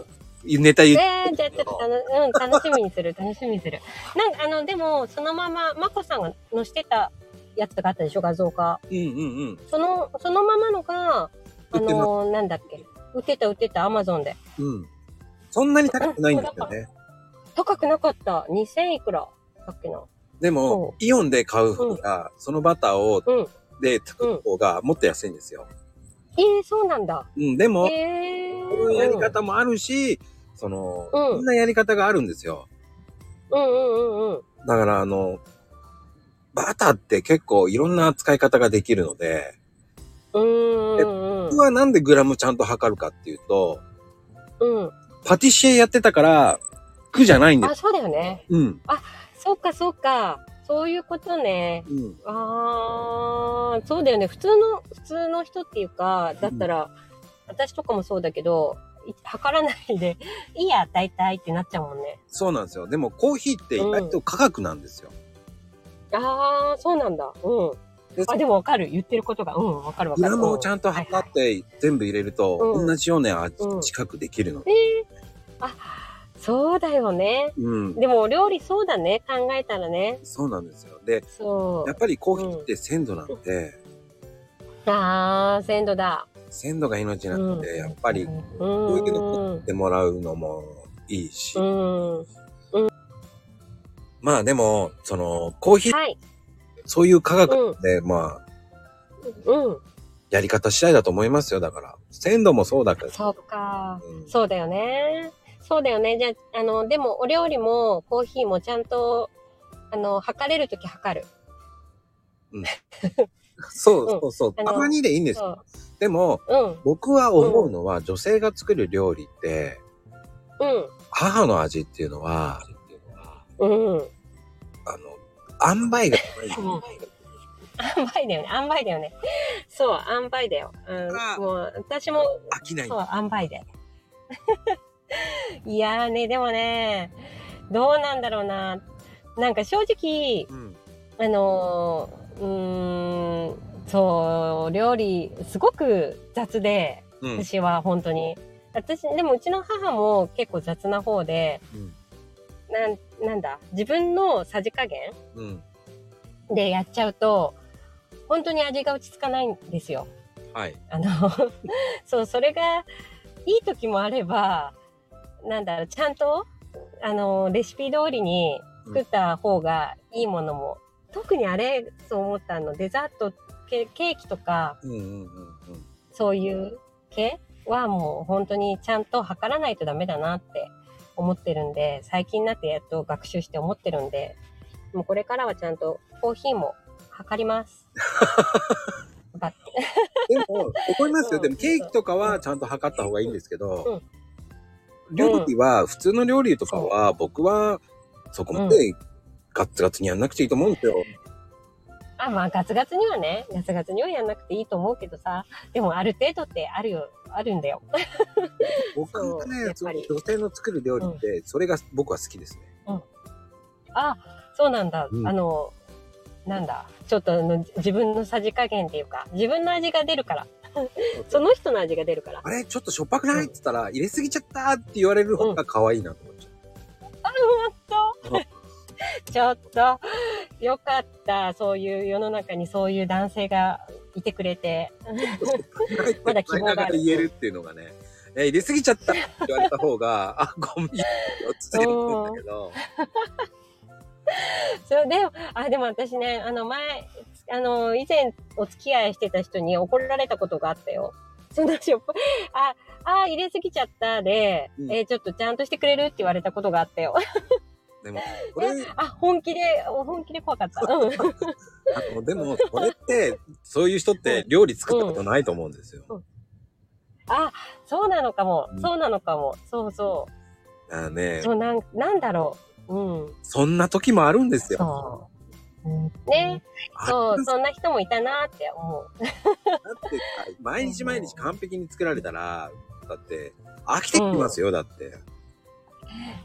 ん。
ネタ言っ
えー、じゃあちょっと楽,、うん、楽しみにす る、楽しみにする。なんか、あの、でも、そのまま、まこさんが載してたやつがあったでしょ、画像が。
うんうんうん。
その、そのままのが、あの、なんだっけ。売ってた、売ってた、アマゾンで。
うん。そんなに高くないんですよね。
高くなかった。2000いくらだっけな。
で
そう
も、イオンで買う方が、そのバターを、
うん。
で作る方がもっと安いんですよ。
えー、そうなんだ。
うん、でも、
えー。
こういうやり方もあるし、その、
うん
いろんなやり方があるんですよ。
うんうんうんうん。
だから、あの、バターって結構いろんな使い方ができるので、
うーん。
僕はなんでグラムちゃんと測るかっていうと、
うん。
パティシエやってたから、苦じゃないんで
あ、
す。
そうだよね。
うん。
そうか、そうか。そういうことね。
うん。
あー、そうだよね。普通の、普通の人っていうか、だったら、私とかもそうだけど、い測らないで、 いいや、大体ってなっちゃうもんね。
そうなんですよ。でもコーヒーって意外と価格なんですよ。
あー、そうなんだ。うん。
で
あ、でもわかる。言ってることが。うん、わかるわ
グ
かる。
ラムをちゃんと
はい
測
は
って全部入れると、
うん
同じような味
うん
近くできるの。
いねえあ、そうだよね。
うん。
でも、お料理そうだね。考えたらね。
そうなんですよ。で、
そ
やっぱりコーヒーって鮮度なので、
う。あー、鮮度だ。
鮮度が命なので、
うん
やっぱり
うん。
こういうの
う
持ってもらうのもいいし、
ん。
まあでも、その、コーヒー、
はい。
そういう科学で、まあ、
うん。
やり方次第だと思いますよ。だから、鮮度もそうだけど。
そうか。
うん
そうだよね。そうだよね。じゃあ、あの、でもお料理もコーヒーもちゃんと、あの、測れるとき測る。
そう
うん
そうそう。
あの
たまにでいいんです
そ
よ。
う。
でも、
うん。
僕は思うのは、女性が作る料理って、母の味っていうのは、
うん。うん。
あの、塩梅がない。
うん塩梅だよね。塩梅だよね。そう、塩梅だよ。
あ
うん。もう、私も、
飽きない。
そう、塩梅で。 いやーね、でもね、どうなんだろうな。なんか正直、
うん。
あのーうーん、そう、料理、すごく雑で、
うん。
私は本当に。私、でもうちの母も結構雑な方で、
うん
なん、なんだ、自分のさじ加減
うん。
でやっちゃうと、本当に味が落ち着かないんですよ。
はい。
あの、そう、それが、いい時もあれば、なんだろう、ちゃんと、あの、レシピ通りに作った方がいいものも、特にあれ、そう思ったあの、デザートケ、ケーキとか、
うんうんうんうん。
そういう系はもう本当にちゃんと測らないとダメだなって思ってるんで、最近になってやっと学習して思ってるんで、もうこれからはちゃんとコーヒーも測ります。バッて
でも、思います
そう
よ。でも、ケーキとか
う
は
ん
ちゃんと測った方がいいんですけど、
ん
料理は、普通の料理とかは、僕は、そこまでガッツガツにやんなくちゃいいと思うんですよ。
あまあガツガツにはねガツガツにはやんなくていいと思うけどさでもある程度ってあるよあるんだよ
僕はね、そ
そ
う
やっぱり
女性の作る料理って、それが僕は好きですね。
あそうなんだ、
うん
あのなんだちょっとあの自分のさじ加減っていうか自分の味が出るからその人の味が出るから
あれちょっとしょっぱくないって言ったら、入れすぎちゃったって言われる方が可愛いなと思っちゃ
あほんと ちょっとよかったそういう世の中にそういう男性がいてくれて
う。
まだ希望が
な
ある
がら言えるっていうのがね。え入れすぎちゃったって言われた方が、あ、ごめん、落ち着けると思うんだけど。
そうでもあでも私ねあの前あの以前お付き合いしてた人に怒られたことがあったよ。そんなしょっぱああ入れすぎちゃったで、
うん
えーちょっとちゃんとしてくれるって言われたことがあったよ。
でも、これ、
あ本気で本気で怖かった。うん
あのでも、これって、そういう人って料理作ったことないと思うんですよ。
あそうなのかも、
うん
そうなのかもそうそ
だから
う
ね、
そうなんなんだろううん
そんな時もあるんですよ。
そう、うん、ね
あ
そう
だ
そんな人もいたなって思う。
って、毎日毎日完璧に作られたら、だって、飽きてきますよ、だって。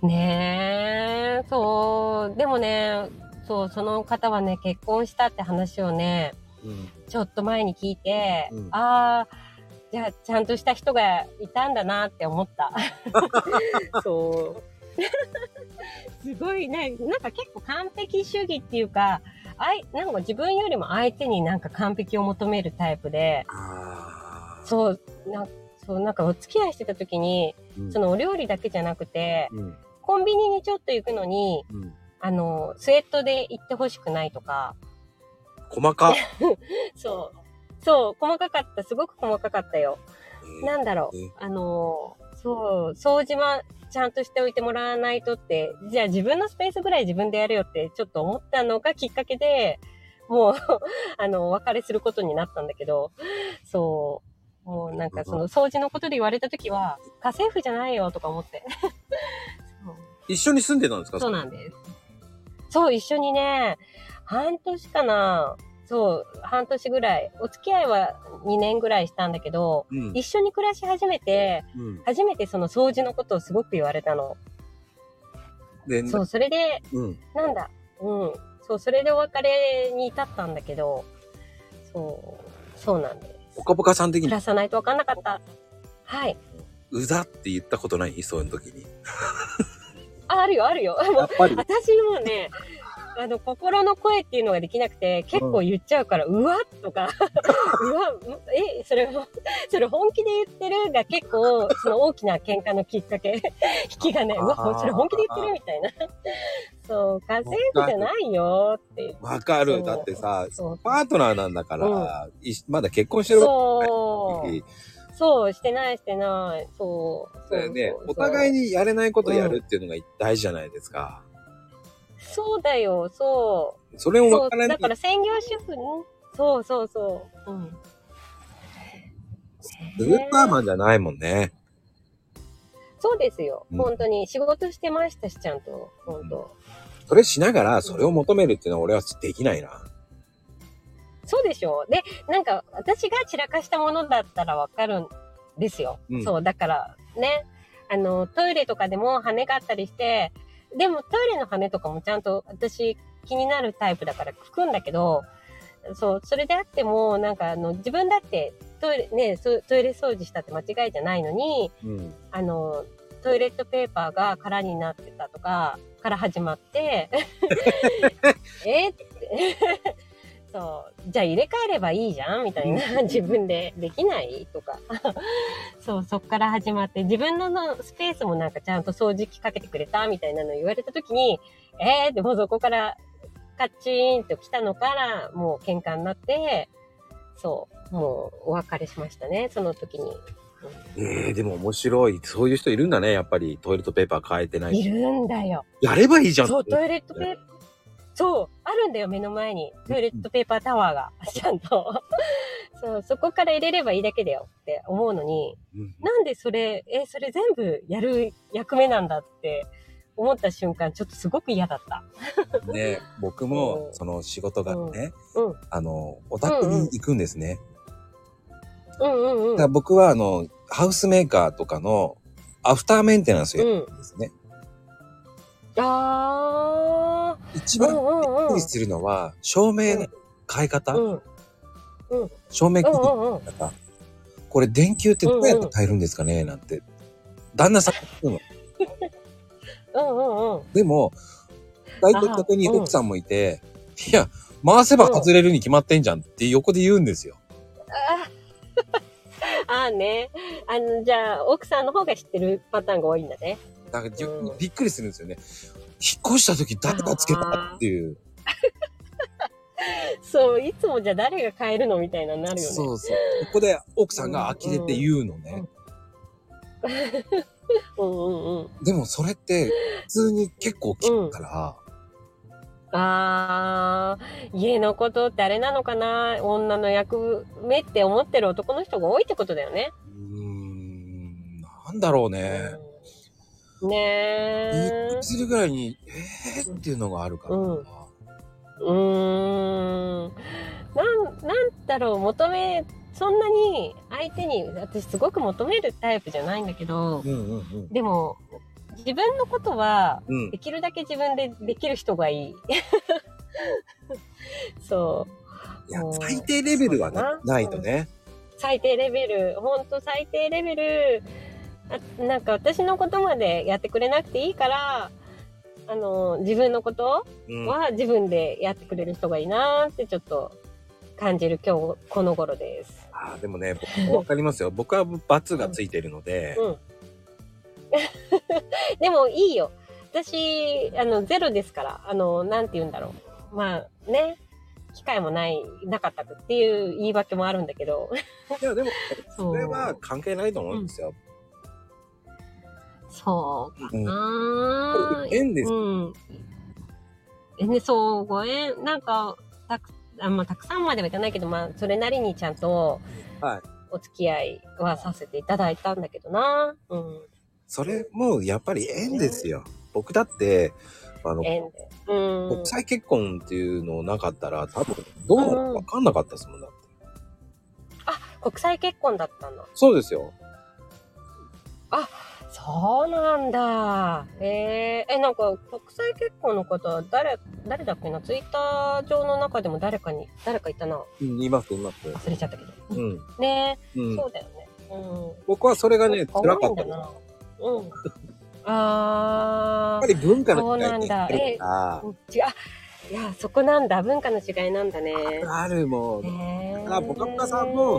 ねえ、そう、でもね、そう、その方はね、結婚したって話をね、
うん。
ちょっと前に聞いて、
うん
ああ、じゃあ、ちゃんとした人がいたんだなって思 った。そう。すごいね、なんか結構完璧主義っていうか、あい、なんか自分よりも相手になんか完璧を求めるタイプで、
ああ。
そう、なそうなんかお付き合いしてた時に、
うん
そのお料理だけじゃなくて、
うん。
コンビニにちょっと行くのに、
うん。
あの、スウェットで行ってほしくないとか、
細か。
そう。そう、細かかった、すごく細かかったよ。
えー
なんだろう
え、
あのー、そう、掃除はちゃんとしておいてもらわないとって、じゃあ自分のスペースぐらい自分でやるよってちょっと思ったのがきっかけで、もう、 あの、お別れすることになったんだけど、そう、もうなんかその掃除のことで言われたときは、家政婦じゃないよとか思って。
一緒に住んでたんです
そ
か
うそうなんです。そう、一緒にね、半年かな、そう、半年ぐらい、お付き合いは2年ぐらいしたんだけど、
うん。
一緒に暮らし始めて、
うん。
初めてその掃除のことをすごく言われたの。
で、
そう、それで、
うん。
なんだ、うん。そう、それでお別れに至ったんだけど、そう、そうなんです。
ぽかぽかさん的
暮
に、
らさないとわかんなかった。はい。
うざって言ったことないそういう時に。
あ、あるよ、あるよ。も
や
う
っぱり。
私もね、あの、心の声っていうのができなくて、結構言っちゃうから、うわっ とか、うわ、え、それも、それ本気で言ってるが結構、その大きな喧嘩のきっかけ、引きがね、う
あ
わ
ー、
それ本気で言ってるみたいな。そう、家政婦じゃないよっていう。
わか
そ
る。
う
だってさ、
そう。
パートナーなんだから、いまだ結婚してるわ
そ
け
う。そう、してない、してない。そう。そう
だよね。お互い
に。
にやれないことをやるっていうのが大事じゃないですか。
そうだよ、そう。
それを
そ
分
う
からな
だ
い
から専業主婦にそうそうそう。うん。
スーパーマンじゃないもんね。
そうですよ。
うん
本当に。仕事してましたし、ちゃんと。本当。
それしながら、それを求めるっていうのは俺はできないな。
そうでしょう。で、なんか、私が散らかしたものだったらわかるんですよ。
うん
そう、だから、ね。あの、トイレとかでも羽があったりして、でもトイレの羽とかもちゃんと私気になるタイプだから拭くんだけど、そう、それであっても、なんかあの、自分だってトイレ、ね、そうトイレ掃除したって間違いじゃないのに、
うん。
あの、トイレットペーパーが空になってたとか、から始まって、えって。 そう。じゃあ入れ替えればいいじゃんみたいな。自分でできないとか。 そう、そっから始まって、自分ののスペースもなんかちゃんと掃除機かけてくれたみたいなの言われたときに、えーってもうそこからカチーンと来たのから、もう喧嘩になって、そう、もうお別れしましたね、その時に。
ええでも面白い。そういう人いるんだね。やっぱりトイレットペーパー変えてない
い
人。
るんだよ。
やればいいじゃん。
そう、トイレットペーパー。そう、あるんだよ、目の前に。トイレットペーパータワーが、ちゃんと。 そう、そこから入れればいいだけだよって思うのに、
うん
なんでそれ、え、それ全部やる役目なんだって思った瞬間、ちょっとすごく嫌だった。
ね、僕も
う、ん
その仕事がね、
うん
あの、お宅に行くんですね。
うんうんうん。
だから僕は、あの、ハウスメーカーとかのアフターメンテナンスをや
うん
るんですね。
あ
一
ー。う
番び
ん
っ
うんう
く
ん
り。するのは、照明の変え方、
うん
照明
う
機器
ん
の
うんうん。
変え方。これ電球ってどうやって変えるんですかねなんて。旦那さんが言うの。
うんうんうん。
でも、大体ここに
あうん
奥さんもいて、いや、回せば外れるに決まってんじゃんって横で言うんですよ。
あーあーね。あの、じゃあ、奥さんの方が知ってるパターンが多いんだね。
だから逆に
うん
びっくりするんですよね。引っ越した時誰がつけたっていう。
そう、いつもじゃあ誰が変えるのみたいなのになるよね。
そうそう。ここで奥さんが呆れて言うのね。
うんうん
でもそれって普通に結構聞くから、
うん。あー、家のことってあれなのかな女の役目って思ってる男の人が多いってことだよね。
うーん、なんだろうね。
うんねえ
言い。するぐらいに、えーっていうのがあるから。
うんうーん。なん、なんだろう、求め、そんなに相手に、私すごく求めるタイプじゃないんだけど
う、んうんうん。
でも、自分のことは、
うん
で、きるだけ自分でできる人がいい。 そう。
いや
もう
最低レベルは
そうだ
な
な
ないとね。
そう最低レベル、ほんと最低レベル、あなんか私のことまでやってくれなくていいから、あの、自分のこと
うん。
は自分でやってくれる人がいいなーってちょっと感じる今日この頃です。
あーでもね、僕もわかりますよ。僕は罰がついてるので、
うん。でもいいよ。私、あの、ゼロですから、あの、なんて言うんだろう。まあね、機会もない、なかったっていう言い訳もあるんだけど。
いや、でも、
そ
そ
う
れは関係ないと思うんですよ。
そう
うん
かなー
縁です。
うん。えね、そう、ご縁、なんか、たく、あまあ、たくさんまではいかないけど、まあ、それなりにちゃんと、
はい。
お付き合いはさせていただいたんだけどな。うん。
それもやっぱり縁ですよ。僕だって、あの、
縁で。うん
国。際結婚っていうのなかったら、多分、どうなるかわかんなかったですもんだって。
国際結婚だったの。
そうですよ。
そうなんだ。えー、え、なんか、国際結婚の方は誰、誰だっけなツイッター上の中でも誰かに、誰かいたな。
うん、います、います。
忘れちゃったけど。
うん。
ね
う
え、
ん。
そうだよね。うん。
僕はそれがね、
多
辛か
いん
ったで
だ
す。やっ
な。うん。あ
ぱり文化の違いって
そうなんだ
あるから
ー、うん違う。あいや、そこなんだ。文化の違いなんだね。
あるもん。
へ
だからぽかぽかさんも、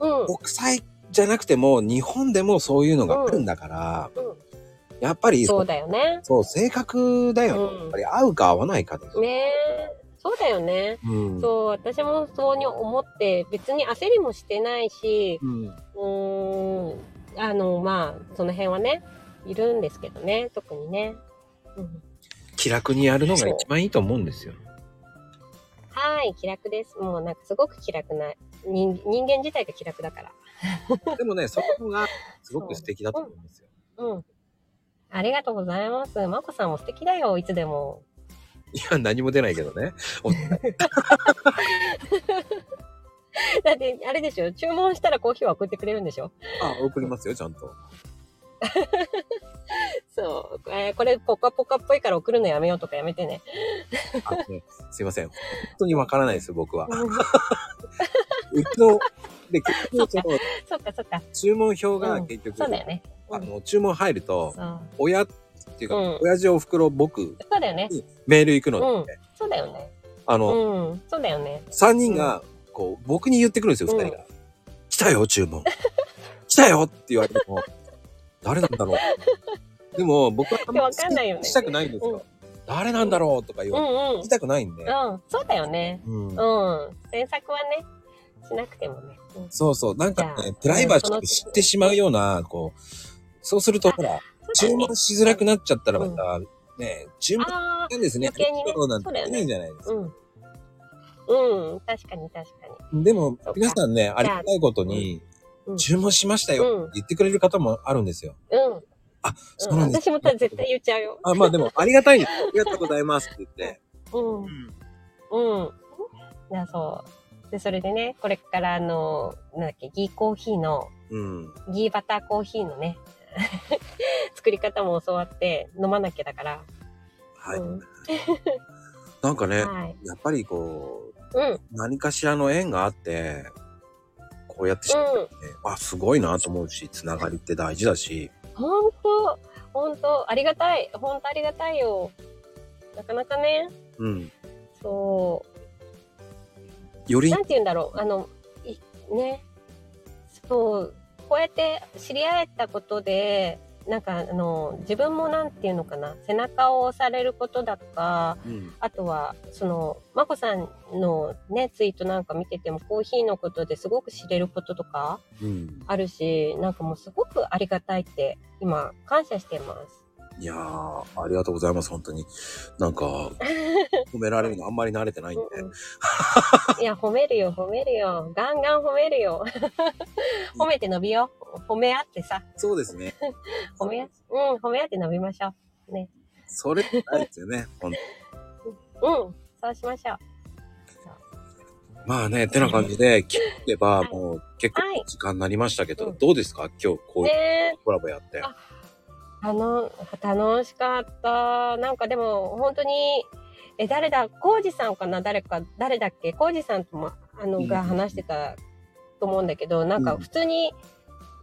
うん。
国際じゃなくても、日本でもそういうのがあるんだから、
う
やっぱり、
ん、そうだよね。
そう、性格だよね。
うん
やっぱり合うか合わないかです。
ねえ、そうだよね。
うん。
そう、私もそうに思って、別に焦りもしてないし、
うん。
うーん、あの、まあ、その辺はね、いるんですけどね、特にね。うん、
気楽にやるのが
そう
一番いいと思うんですよ。
はい、気楽です。もうなんかすごく気楽な、人人間自体が気楽だから。
でもね、そこがすごく素敵だと思うんですよ。
うん。ありがとうございます。まこさんも素敵だよ、いつでも。
いや、何も出ないけどね。
だって、あれでしょ、注文したらコーヒーは送ってくれるんでしょ
あ、送りますよ、ちゃん と。
そう、えーこれ、ポカポカっぽいから送るのやめようとかやめてね。
あねすいません。本当にわからないです、僕は。
うん
うちの、で、結局、その、
そっかそっか、
注文表が
うん
結局、
そうだよね。
あの、注文入ると、
そう
親っていうか、
うん
親父、お袋、僕
そうだよね。
にメール行くので、
そうだよね。
あの、
うん、そうだよね。
3人が、こう、僕に言ってくるんですよ、2人が。来たよ、注文。来たよって言われて も、誰なんだろう。でも、僕はあんま
わかんないよね
したくないんですよ。誰なんだろうとか言
う
わ
ん
れ
うん。うん
言い、たくないんで。
そうだよね。
うん
うん。詮索はね、しなくてもね。うん
そうそう。なんか
じゃ
ね
あ、
プライバシ
そ
ー
の
を知ってしまうような、こう、そうすると、ほら、注
そうだね
文しづらくなっちゃったらまた、ね、注文
あ
なんですね。
余計にね
そうなんて
そうだよね
いいんじゃないです
あ、
か。
うん。うん、確かに確かに。
でも
そう、か
皆さんね、ありがたいことに
う、ん
注文しました
う
よ
ん
って、言ってくれる方もあるんですよ。
うん。
あ、そう
うん
なんです
私もた絶対言っちゃうよ。
あ、まあでも、ありがたいです。ありがとうございますって言って。
うん。うん。じゃあそう。で、それでね、これからあの、なんだっけ、ギーコーヒーの、
うん。
ギーバターコーヒーのね、 作り方も教わって飲まなきゃだから。
はい。
うん
なんかね、や
はい。
っぱりこう、
うん。
何かしらの縁があって、こうやって知ってね、あ、すごいなと思うし、つながりって大事だし、
本当本当ありがたい。本当ありがたいよ。なかなかね、
うん。
そ
よ
う、
り
な、んて言うんだろう。あの、いね。そう、こうやって知り合えたことで、なんかあの、自分もなんて言うのかな、背中を押されることだとか、
うん。
あとは、その、まこさんのね、ツイートなんか見てても、コーヒーのことですごく知れることとか
うん。
あるし、なんかもうすごくありがたいって、今、感謝してます。
いやー、ありがとうございます、本当に。なんか、 褒められるのあんまり慣れてないんで。
うんうんいや、褒めるよ、褒めるよ。ガンガン褒めるよ。 褒めて伸びよう。褒め合ってさ。
そうですね。
褒め、うん、褒め合って伸びましょ
それもないですよね、ほんと
う。うん、そうしましょう。
まあね、てな感じで、聞けば、
はい
もう結構
はい
時間になりましたけど、
うん
どうですか今日こういう
ねえ、
コラボやって。
ああの、楽しかった。なんかでも、本当に、え、誰だ、コウジさんかな誰か、誰だっけコウジさんとも、あ
う
の、
ん
が話してたと思うんだけど、なんか
うん
普通に、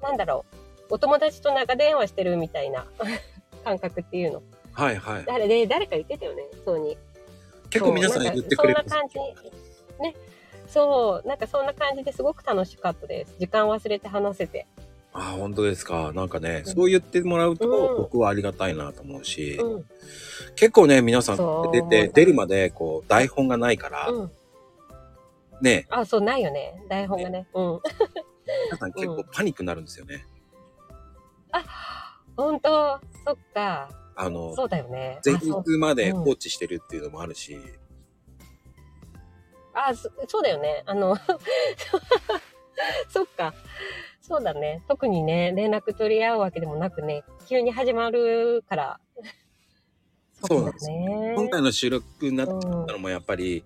なんだろう、お友達と長電話してるみたいな 感覚っていうの。
はいはい。
誰で、誰か言ってたよね、そうに。
結構皆さん言ってくれ
そ
る
うなんかそんな感じ。ね。そう、なんかそんな感じですごく楽しかったです。時間忘れて話せて。
ああ、本当ですか。なんかね、
うん
そう言ってもらう
う
と
ん
僕はありがたいなと思うし、
うん。うん。
結構ね、皆さ
そ
ん
う
出て、
思う
出るまでこう台本がないから、ね、
あ、そう、ないよね。台本がね。うん。
皆さん結構パニックになるんですよね。
本当そっか。
あの、
そうだよね。
前
あそう
日まで
うん
放置してるっていうのもあるし、
あそ、そうだよね。あの、そっか。そうだね。特にね、連絡取り合うわけでもなくね、急に始まるから。
そうなんですよ
ね。
今回の収録になった
うん
のもやっぱり、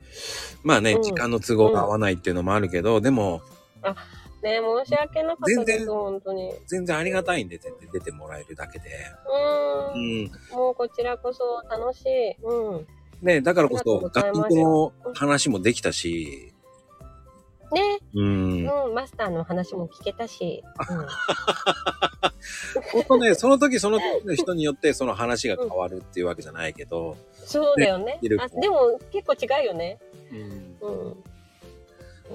まあね、
うん
時間の都合が合わないっていうのもあるけど、でも、
ね、申し訳なかったで
全
す、
然
本当に。
全然ありがたいんで、全然出てもらえるだけで。
う
う
ーん。
ん。
もうこちらこそ楽しい。うん。
ね、だからこそ、
ありがとう
楽
ございます
曲の話もできたし、
ね、
うん。
うん、マスターの話も聞けたし。うん
本当ね、その時その時の人によってその話が変わるっていうわけじゃないけど、
そうだよね
できる。
あでも結構違うよね。
うん
うん。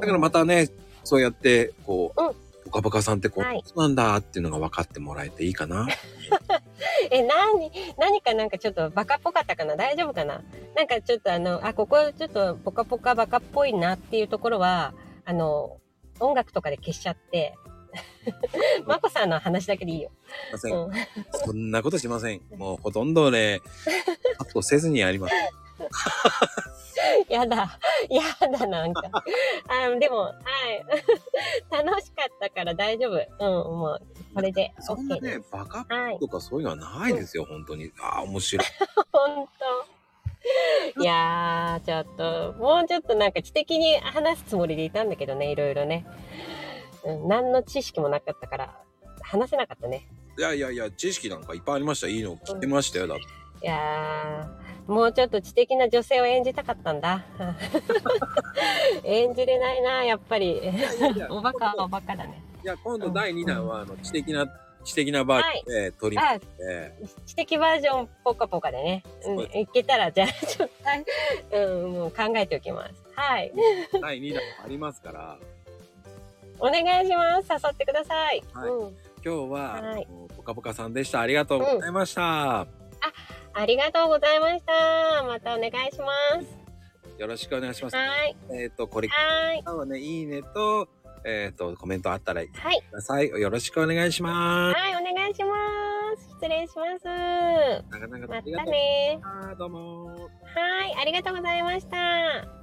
だからま
た、
たね、そうやって、こう、
うん
ぽかぽかさんってこう、
はい
そうなんだっていうのが分かってもらえていいかな。
え、何、何かなんかちょっとバカっぽかったかな大丈夫かななんかちょっとあの、あ、ここちょっとポカポカバカっぽいなっていうところは、あの、音楽とかで消しちゃって、まこさんの話だけでいいよ。
すいません。
うん。
そんなことしません。もうほとんど ね、カットせずにやります。
やだ。やだ、なんか。あでも、はい。 楽しかったから大丈夫。うん、もう、これで。
そんな
OK です。
ね、バカ
はい。
とかそういうのはないですよ、本当に。ああ、面白い。
本 当。いやー、ちょっと、もうちょっとなんか知的に話すつもりでいたんだけどね、いろいろね。うん、何の知識もなかったから、話せなかったね。
いやいやいや、知識なんかいっぱいありました。いいの聞けましたよ、だって。
いやー、もうちょっと知的な女性を演じたかったんだ。 演じれないな、やっぱり。
いやいや
おバカはおバカだね。
いや、今度第2弾は、あの、知的な、知的なバージョンで撮りまし
あ、
て、
知的バージョンポカポカでね、うん、いけたらじゃあ ちょっと大、うん、もう考えておきますはい
第2弾もありますから、
お願いします誘ってください、
はい
うん、
今日は、
はい
あのぽかぽかさんでした。ありがとうございました。
ありがとうございましたまたお願いします
よろしくお願いします。
はい
えっ、と、これ
はい
からはね、いいねと、えっ、と、コメントあったらく
はい
ださい。よろしくお願いします。
はいお願いします失礼します
なかなか
ま
あ
た
りがとうござい
ね
ました。どうもー。
はいありがとうございました